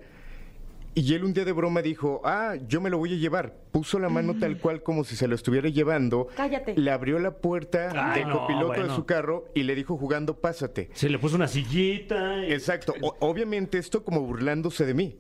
Speaker 7: Y él un día de broma dijo, ah, yo me lo voy a llevar. Puso la mano tal cual como si se lo estuviera llevando.
Speaker 2: Cállate.
Speaker 7: Le abrió la puerta
Speaker 3: Ah,
Speaker 7: del
Speaker 3: no,
Speaker 7: copiloto
Speaker 3: bueno.
Speaker 7: de su carro y le dijo jugando, pásate.
Speaker 3: Se le puso una sillita. y-
Speaker 7: Exacto. O- obviamente esto como burlándose de mí.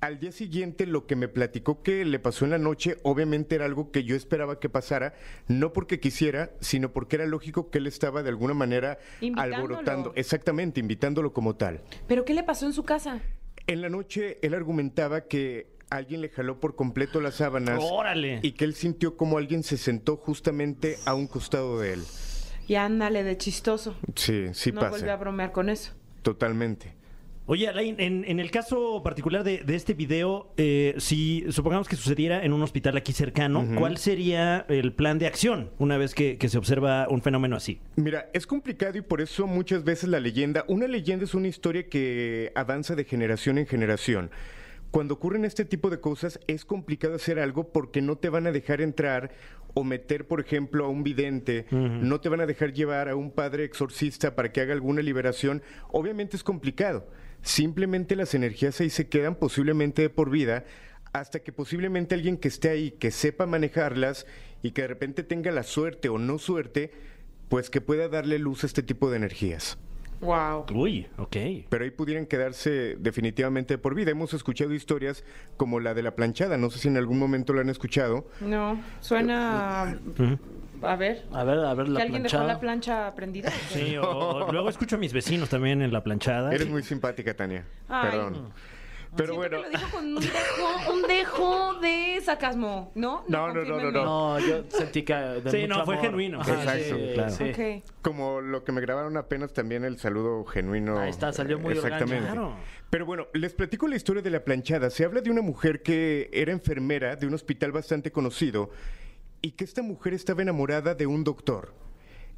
Speaker 7: Al día siguiente lo que me platicó que le pasó en la noche obviamente era algo que yo esperaba que pasara, no porque quisiera, sino porque era lógico que él estaba de alguna manera
Speaker 2: Invitándolo.
Speaker 7: alborotando, exactamente, invitándolo como tal.
Speaker 2: ¿Pero qué le pasó en su casa?
Speaker 7: En la noche él argumentaba que alguien le jaló por completo las sábanas
Speaker 3: Órale.
Speaker 7: y que él sintió como alguien se sentó justamente a un costado de él.
Speaker 2: Y ándale de chistoso.
Speaker 7: Sí, sí
Speaker 2: no volvió a
Speaker 7: pasa.
Speaker 2: bromear con eso.
Speaker 7: Totalmente.
Speaker 3: Oye, Alain, en, en el caso particular de, de este video, eh, si supongamos que sucediera en un hospital aquí cercano, ¿cuál sería el plan de acción una vez que, que se observa un fenómeno así?
Speaker 7: Mira, es complicado y por eso muchas veces la leyenda, una leyenda es una historia que avanza de generación en generación. Cuando ocurren este tipo de cosas es complicado hacer algo porque no te van a dejar entrar o meter, por ejemplo, a un vidente, no te van a dejar llevar a un padre exorcista para que haga alguna liberación. Obviamente es complicado. Simplemente las energías ahí se quedan posiblemente de por vida hasta que posiblemente alguien que esté ahí, que sepa manejarlas y que de repente tenga la suerte o no suerte, pues que pueda darle luz a este tipo de energías.
Speaker 2: Wow.
Speaker 3: Uy, ok.
Speaker 7: Pero ahí pudieran quedarse definitivamente de por vida. Hemos escuchado historias como la de la planchada, no sé si en algún momento la han escuchado.
Speaker 2: No, suena. A ver.
Speaker 4: A ver, a ver
Speaker 2: ¿Que
Speaker 4: la
Speaker 2: alguien dejó la
Speaker 4: planchada.
Speaker 2: plancha prendida? o qué?
Speaker 3: Sí, o- o luego escucho a mis vecinos también en la planchada.
Speaker 7: Eres muy simpática, Tania.
Speaker 2: Ay.
Speaker 7: Perdón. Pero
Speaker 2: Siento
Speaker 7: bueno,
Speaker 2: que lo dijo con un dejo, un dejo de sarcasmo, ¿no?
Speaker 7: No, no, no,
Speaker 2: confírmenme.
Speaker 7: no,
Speaker 4: No, yo sentí que de
Speaker 3: Sí,
Speaker 4: mucho
Speaker 3: no, fue
Speaker 4: amor.
Speaker 3: genuino.
Speaker 7: Exacto,
Speaker 3: claro.
Speaker 4: sí.
Speaker 7: eh,
Speaker 2: Ok.
Speaker 7: como lo que me grabaron apenas también el saludo genuino.
Speaker 4: Ahí está, salió muy orgánico.
Speaker 7: Exactamente.
Speaker 3: Claro.
Speaker 7: Pero bueno, les platico la historia de la planchada. Se habla de una mujer que era enfermera de un hospital bastante conocido y que esta mujer estaba enamorada de un doctor.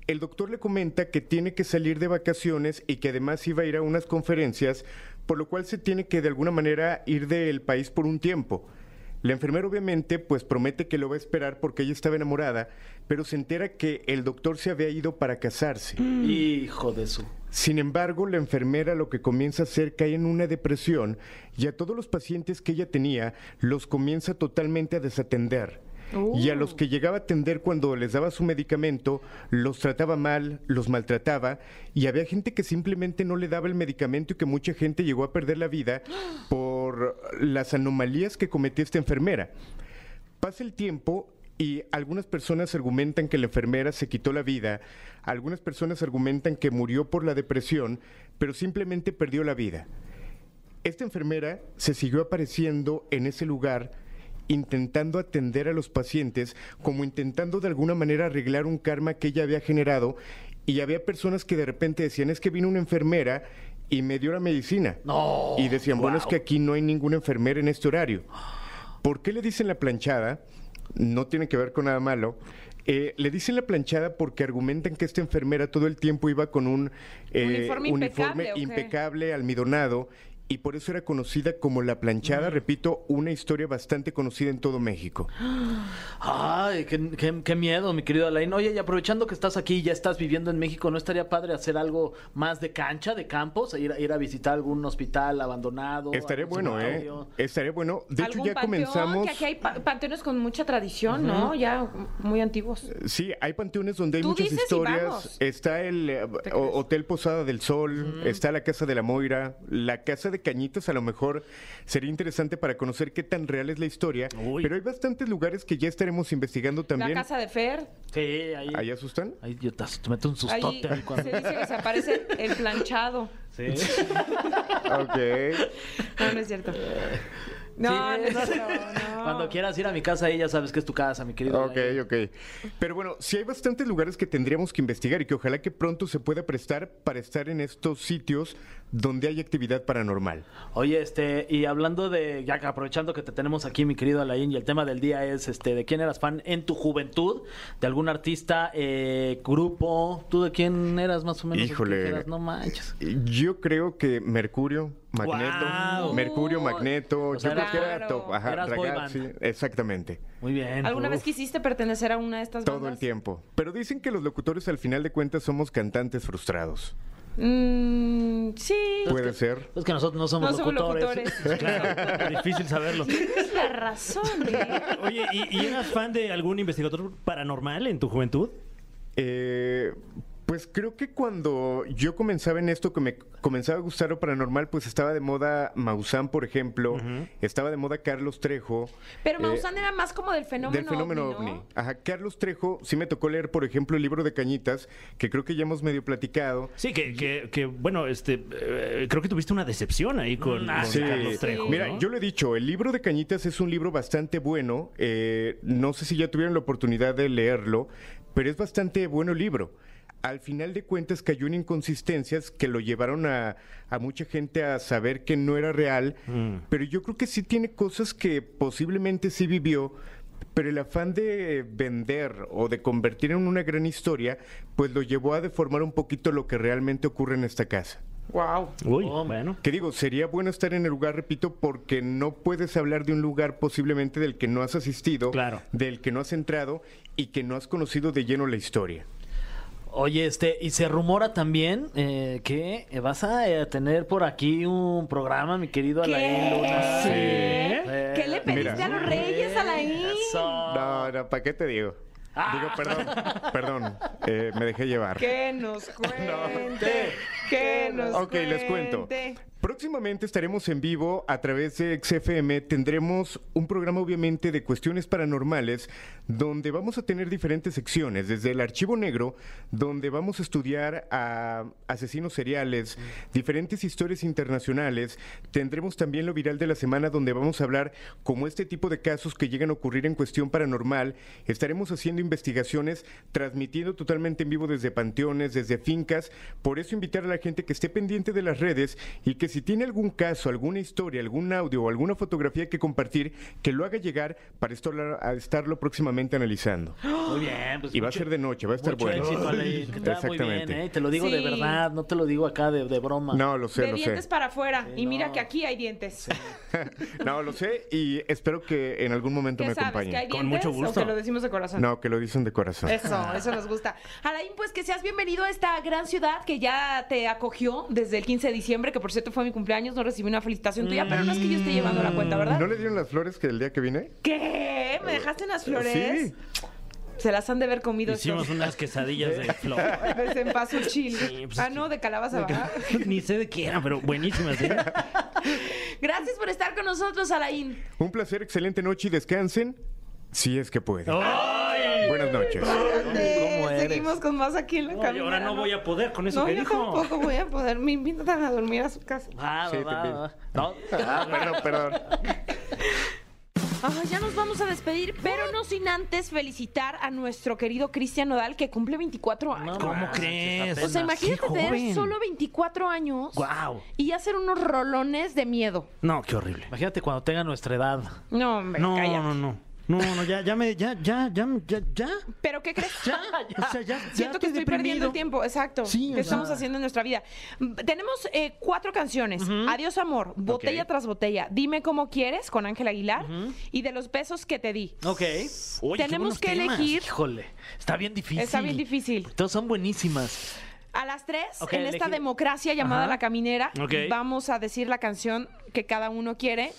Speaker 7: El doctor le comenta que tiene que salir de vacaciones y que además iba a ir a unas conferencias, por lo cual se tiene que de alguna manera ir del país por un tiempo. La enfermera obviamente pues promete que lo va a esperar porque ella estaba enamorada, pero se entera que el doctor se había ido para casarse.
Speaker 4: Hijo de su.
Speaker 7: Sin embargo, la enfermera lo que comienza a hacer cae en una depresión y a todos los pacientes que ella tenía los comienza totalmente a desatender. Y a los que llegaba a atender cuando les daba su medicamento, los trataba mal, los maltrataba y había gente que simplemente no le daba el medicamento y que mucha gente llegó a perder la vida por las anomalías que cometía esta enfermera. Pasa el tiempo y algunas personas argumentan que la enfermera se quitó la vida, algunas personas argumentan que murió por la depresión, pero simplemente perdió la vida. Esta enfermera se siguió apareciendo en ese lugar intentando atender a los pacientes, como intentando de alguna manera arreglar un karma que ella había generado, y había personas que de repente decían, es que vino una enfermera y me dio la medicina.
Speaker 4: No.
Speaker 7: Y decían, bueno, es
Speaker 4: Wow.
Speaker 7: que aquí no hay ninguna enfermera en este horario. ¿Por qué le dicen la planchada? No tiene que ver con nada malo. Eh, le dicen la planchada porque argumentan que esta enfermera todo el tiempo iba con un eh,
Speaker 2: Uniforme impecable, ¿o qué?
Speaker 7: impecable, almidonado, y por eso era conocida como la planchada. Repito, una historia bastante conocida en todo México.
Speaker 2: Ah.
Speaker 4: Ay, qué, qué- qué miedo, mi querido Alain. Oye, y aprovechando que estás aquí y ya estás viviendo en México, ¿no estaría padre hacer algo más de cancha, de campos? ¿E Ir, a- ir a visitar algún hospital abandonado.
Speaker 7: Estaría
Speaker 4: algún
Speaker 7: bueno, ¿eh?
Speaker 4: sanatorio?
Speaker 7: Estaría bueno. De hecho,
Speaker 2: ¿Algún
Speaker 7: ya
Speaker 2: panteón?
Speaker 7: comenzamos.
Speaker 2: Que aquí hay pa- panteones con mucha tradición, ¿no? Ya muy antiguos.
Speaker 7: Sí, hay panteones donde hay
Speaker 2: Tú
Speaker 7: muchas
Speaker 2: dices y
Speaker 7: historias.
Speaker 2: vamos.
Speaker 7: Está el eh,
Speaker 2: ¿Te
Speaker 7: o-
Speaker 2: crees? Mm.
Speaker 7: Hotel Posada del Sol, está la Casa de la Moira, la Casa de Cañitas a lo mejor sería interesante para conocer qué tan real es la historia.
Speaker 3: Uy.
Speaker 7: Pero hay bastantes lugares que ya estaremos investigando también.
Speaker 2: La casa de Fer.
Speaker 4: Sí, ahí.
Speaker 7: ¿Ahí asustan?
Speaker 4: Ahí yo te, as- te meto un
Speaker 2: Ahí
Speaker 4: sustote ahí cuando-
Speaker 2: se dice que se aparece el planchado.
Speaker 4: Sí.
Speaker 7: ok.
Speaker 2: No, no es cierto. No, no
Speaker 4: Eh, Sí,
Speaker 2: es
Speaker 4: no sé.
Speaker 2: cierto. no.
Speaker 4: Cuando quieras ir a mi casa, ahí ya sabes que es tu casa, mi querido.
Speaker 7: Ok,
Speaker 4: Alain.
Speaker 7: ok. Pero bueno, sí hay bastantes lugares que tendríamos que investigar y que ojalá que pronto se pueda prestar para estar en estos sitios donde hay actividad paranormal.
Speaker 4: Oye, este, y hablando de, ya que aprovechando que te tenemos aquí, mi querido Alain, y el tema del día es, este, ¿de quién eras fan en tu juventud? ¿De algún artista, eh, grupo? ¿Tú de quién eras más o menos?
Speaker 7: Híjole.
Speaker 4: ¿De quién eras? No manches.
Speaker 7: Yo creo que Mercurio, Magneto.
Speaker 3: ¡Guau!
Speaker 7: Mercurio, Magneto.
Speaker 4: sea,
Speaker 7: yo creo que era
Speaker 2: claro.
Speaker 7: top. Ajá,
Speaker 4: Eras boy
Speaker 7: Ragazzi,
Speaker 4: band.
Speaker 7: Exactamente.
Speaker 4: Muy bien.
Speaker 2: ¿Alguna
Speaker 4: Uf.
Speaker 2: vez quisiste pertenecer a una de estas
Speaker 7: Todo
Speaker 2: bandas?
Speaker 7: el tiempo. Pero dicen que los locutores al final de cuentas somos cantantes frustrados.
Speaker 2: Mm, sí.
Speaker 7: Puede ser.
Speaker 4: Es que nosotros no somos
Speaker 2: No somos
Speaker 4: locutores.
Speaker 2: locutores.
Speaker 3: Claro, difícil saberlo.
Speaker 7: Pues,
Speaker 2: Tienes la razón, ¿eh?
Speaker 3: Oye, ¿y, y eras fan de algún investigador paranormal en tu juventud?
Speaker 7: Eh, pues creo que cuando yo comenzaba en esto, que me comenzaba a gustar lo paranormal, pues estaba de moda Maussan, por ejemplo, estaba de moda Carlos Trejo.
Speaker 2: Pero
Speaker 7: Eh,
Speaker 2: Maussan era más como del fenómeno
Speaker 7: del fenómeno ovni.
Speaker 2: ¿no?
Speaker 7: Ajá, Carlos Trejo, sí me tocó leer, por ejemplo, el libro de Cañitas, que creo que ya hemos medio platicado.
Speaker 3: Sí, que, que, que, bueno, este, eh, creo que tuviste una decepción ahí con,
Speaker 4: Ah,
Speaker 3: con
Speaker 7: Sí.
Speaker 3: Carlos Trejo.
Speaker 2: Sí.
Speaker 3: ¿no?
Speaker 7: Mira, yo lo he dicho, el libro de Cañitas es un libro bastante bueno. eh, no sé si ya tuvieron la oportunidad de leerlo, pero es bastante bueno el libro. Al final de cuentas cayó en inconsistencias que lo llevaron a, a mucha gente a saber que no era real,
Speaker 3: Mm.
Speaker 7: pero yo creo que sí tiene cosas que posiblemente sí vivió, pero el afán de vender o de convertir en una gran historia, pues lo llevó a deformar un poquito lo que realmente ocurre en esta casa.
Speaker 2: Wow.
Speaker 3: Uy,
Speaker 4: Oh.
Speaker 3: bueno.
Speaker 7: Que digo, sería bueno estar en el lugar, repito, porque no puedes hablar de un lugar posiblemente del que no has asistido,
Speaker 3: Claro.
Speaker 7: del que no has entrado y que no has conocido de lleno la historia.
Speaker 4: Oye, este, y se rumora también eh, que eh, vas a eh, tener por aquí un programa, mi querido Alain Luna.
Speaker 2: ¿Sí?
Speaker 4: Eh,
Speaker 2: ¿Qué le pediste
Speaker 7: mira.
Speaker 2: a los reyes, Alain?
Speaker 4: Eso.
Speaker 7: No, no, ¿para qué te digo? Digo, perdón, perdón, eh, me dejé llevar.
Speaker 2: Que nos cuente. Que nos
Speaker 7: Ok, les cuento.
Speaker 2: cuente.
Speaker 7: Próximamente estaremos en vivo a través de XFM. Tendremos un programa obviamente de cuestiones paranormales donde vamos a tener diferentes secciones, desde el archivo negro, donde vamos a estudiar a asesinos seriales, diferentes historias internacionales. Tendremos también lo viral de la semana donde vamos a hablar como este tipo de casos que llegan a ocurrir en cuestión paranormal. Estaremos haciendo investigaciones, transmitiendo totalmente en vivo desde panteones, desde fincas. Por eso invitar a la gente que esté pendiente de las redes y que si tiene algún caso, alguna historia, algún audio o alguna fotografía que compartir, que lo haga llegar para esto- a estarlo próximamente analizando.
Speaker 4: Muy bien, pues
Speaker 7: Y va a
Speaker 4: mucho-
Speaker 7: ser de noche, va a estar
Speaker 4: mucho
Speaker 7: bueno.
Speaker 4: éxito, Alain. Que te va muy bien,
Speaker 7: Exactamente.
Speaker 4: ¿eh? Te lo digo de
Speaker 2: Sí.
Speaker 4: verdad, no te lo digo acá de, de broma.
Speaker 7: No, lo sé,
Speaker 2: De
Speaker 7: lo sé.
Speaker 2: dientes para afuera. y mira
Speaker 4: no.
Speaker 2: que aquí hay dientes.
Speaker 7: No, lo sé y espero que en algún momento me
Speaker 2: ¿Qué sabes? ¿Que hay
Speaker 7: acompañen.
Speaker 2: dientes?
Speaker 3: Con mucho
Speaker 2: ¿O
Speaker 3: gusto.
Speaker 2: te lo decimos de corazón?
Speaker 7: No, que lo dicen de corazón.
Speaker 2: Eso, eso nos gusta. Alain, pues que seas bienvenido a esta gran ciudad que ya te acogió desde el 15 de diciembre, que por cierto fue mi cumpleaños, no recibí una felicitación tuya, pero no es que yo esté llevando la cuenta, ¿verdad?
Speaker 7: Mm, ¿No le dieron las flores que el día que vine?
Speaker 2: ¿Qué? ¿Me dejaste unas flores?
Speaker 7: Sí.
Speaker 2: Se las han de haber comido
Speaker 3: Hicimos
Speaker 2: estos.
Speaker 3: unas quesadillas de flor.
Speaker 2: pues, En paz, un chile.
Speaker 3: Sí, pues,
Speaker 2: ah,
Speaker 3: sí.
Speaker 2: no, de calabaza, ¿verdad?
Speaker 3: Ni sé de qué eran, pero buenísimas. ¿eh?
Speaker 2: Gracias por estar con nosotros, Alain.
Speaker 7: Un placer, excelente noche y descansen si es que pueden.
Speaker 3: ¡Ay!
Speaker 7: Buenas noches.
Speaker 4: ¿cómo eres?
Speaker 2: Seguimos con más aquí en la
Speaker 3: Oye,
Speaker 2: caminera.
Speaker 3: ahora no voy a poder con eso
Speaker 2: No,
Speaker 3: que
Speaker 2: yo
Speaker 3: dijo.
Speaker 2: tampoco voy a poder. Me invitan a dormir a su casa.
Speaker 4: Ah,
Speaker 7: Sí,
Speaker 4: va, va,
Speaker 7: te
Speaker 4: va. No,
Speaker 7: Ah, perdón, perdón.
Speaker 2: Ah, ya nos vamos a despedir, pero no sin antes felicitar a nuestro querido Cristian Nodal, que cumple 24 años.
Speaker 4: No,
Speaker 3: ¿Cómo
Speaker 7: Ah,
Speaker 4: manches,
Speaker 3: crees?
Speaker 4: apenas.
Speaker 2: o sea, imagínate
Speaker 3: Qué
Speaker 2: tener
Speaker 3: joven.
Speaker 2: solo 24 años
Speaker 3: Guau.
Speaker 2: y hacer unos rolones de miedo.
Speaker 3: No, qué horrible.
Speaker 4: Imagínate cuando tenga nuestra edad.
Speaker 2: No, hombre,
Speaker 3: No,
Speaker 2: cállate.
Speaker 3: no, no. No, no, ya, ya me, ya, ya, ya, ya, ya.
Speaker 2: ¿Pero qué crees?
Speaker 3: Ya, o sea, ya, ya
Speaker 2: Siento que
Speaker 3: estoy
Speaker 2: estoy perdiendo
Speaker 3: deprimido.
Speaker 2: el tiempo, exacto.
Speaker 3: Sí, o
Speaker 2: que
Speaker 3: sea.
Speaker 2: estamos haciendo en nuestra vida. Mm, Tenemos eh, cuatro canciones: Adiós Amor, Botella tras Botella, Dime cómo quieres con Ángel Aguilar y De los besos que te di.
Speaker 4: Ok.
Speaker 3: Oye, qué
Speaker 2: Tenemos
Speaker 3: buenos
Speaker 2: que
Speaker 3: temas.
Speaker 2: elegir
Speaker 4: Híjole, está bien difícil.
Speaker 2: Está bien difícil.
Speaker 4: Todas son buenísimas.
Speaker 2: a las tres,
Speaker 4: Ok,
Speaker 2: en esta
Speaker 4: elegir-
Speaker 2: democracia llamada
Speaker 4: Ajá.
Speaker 2: La Caminera,
Speaker 3: Ok.
Speaker 2: vamos a decir la canción que cada uno quiere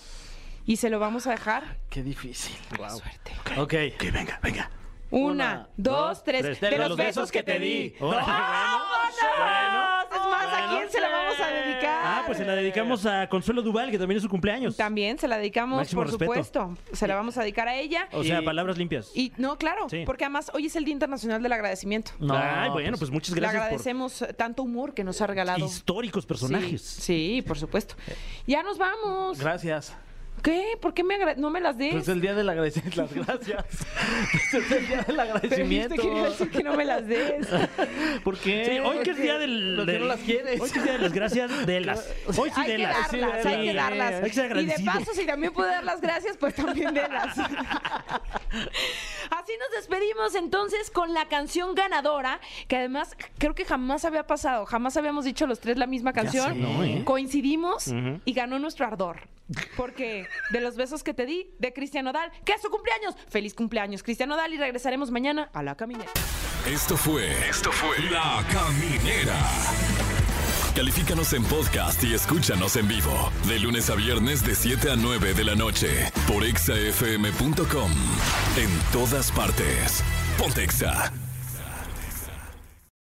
Speaker 2: y se lo vamos a dejar.
Speaker 4: Qué difícil.
Speaker 2: Buena Suerte.
Speaker 4: Ok.
Speaker 3: Que venga, venga.
Speaker 2: Una, dos, tres. De, los, besos, que te di.
Speaker 3: Órale.
Speaker 2: ¡Vámonos! es más, ¿a quién se la vamos a dedicar?
Speaker 3: Ah, pues se la dedicamos a Consuelo Duval, que también es su cumpleaños.
Speaker 2: También se la dedicamos,
Speaker 3: Máximo
Speaker 2: por
Speaker 3: respeto.
Speaker 2: supuesto. Se la vamos a dedicar a ella.
Speaker 3: O sea,
Speaker 4: Y-
Speaker 3: palabras limpias.
Speaker 2: Y no, claro,
Speaker 3: Sí.
Speaker 2: porque además hoy es el Día Internacional del Agradecimiento.
Speaker 4: No,
Speaker 3: Ay, bueno, pues muchas
Speaker 2: Le
Speaker 3: gracias por
Speaker 2: agradecemos tanto humor que nos ha regalado.
Speaker 3: históricos personajes.
Speaker 2: Sí, sí, por supuesto. Ya nos vamos.
Speaker 4: Gracias.
Speaker 2: ¿Qué? ¿Por qué me agra- no me las des?
Speaker 4: Pues el día del agradecimiento. Las gracias. Pues es el día
Speaker 2: Pero yo
Speaker 4: del
Speaker 2: te
Speaker 4: agradecimiento.
Speaker 2: quería decir que no me las des.
Speaker 4: ¿Por qué?
Speaker 3: Sí, hoy que es día del.
Speaker 4: ¿Por qué
Speaker 3: del-
Speaker 4: no las quieres?
Speaker 3: Hoy que es día de las gracias, de las. Hoy sí
Speaker 2: hay
Speaker 3: de
Speaker 2: que
Speaker 3: las.
Speaker 2: darlas,
Speaker 3: sí,
Speaker 4: delas.
Speaker 2: hay que
Speaker 3: sí.
Speaker 2: darlas.
Speaker 3: Hay que ser
Speaker 2: y de
Speaker 3: agradecido.
Speaker 2: paso, si también puedo dar las gracias, pues también delas. Así nos despedimos entonces con la canción ganadora, que además creo que jamás había pasado, jamás habíamos dicho los tres la misma canción.
Speaker 3: sé, ¿no, eh?
Speaker 2: Coincidimos
Speaker 3: Ujú.
Speaker 2: y ganó nuestro ardor. Porque de los besos que te di de Cristian Odal, que es su cumpleaños. Feliz cumpleaños, Cristian Odal, y regresaremos mañana a la caminera.
Speaker 1: Esto fue. Esto fue. La Caminera. Califícanos en podcast y escúchanos en vivo de lunes a viernes de 7 a 9 de la noche por exafm.com. En todas partes. Pontexa.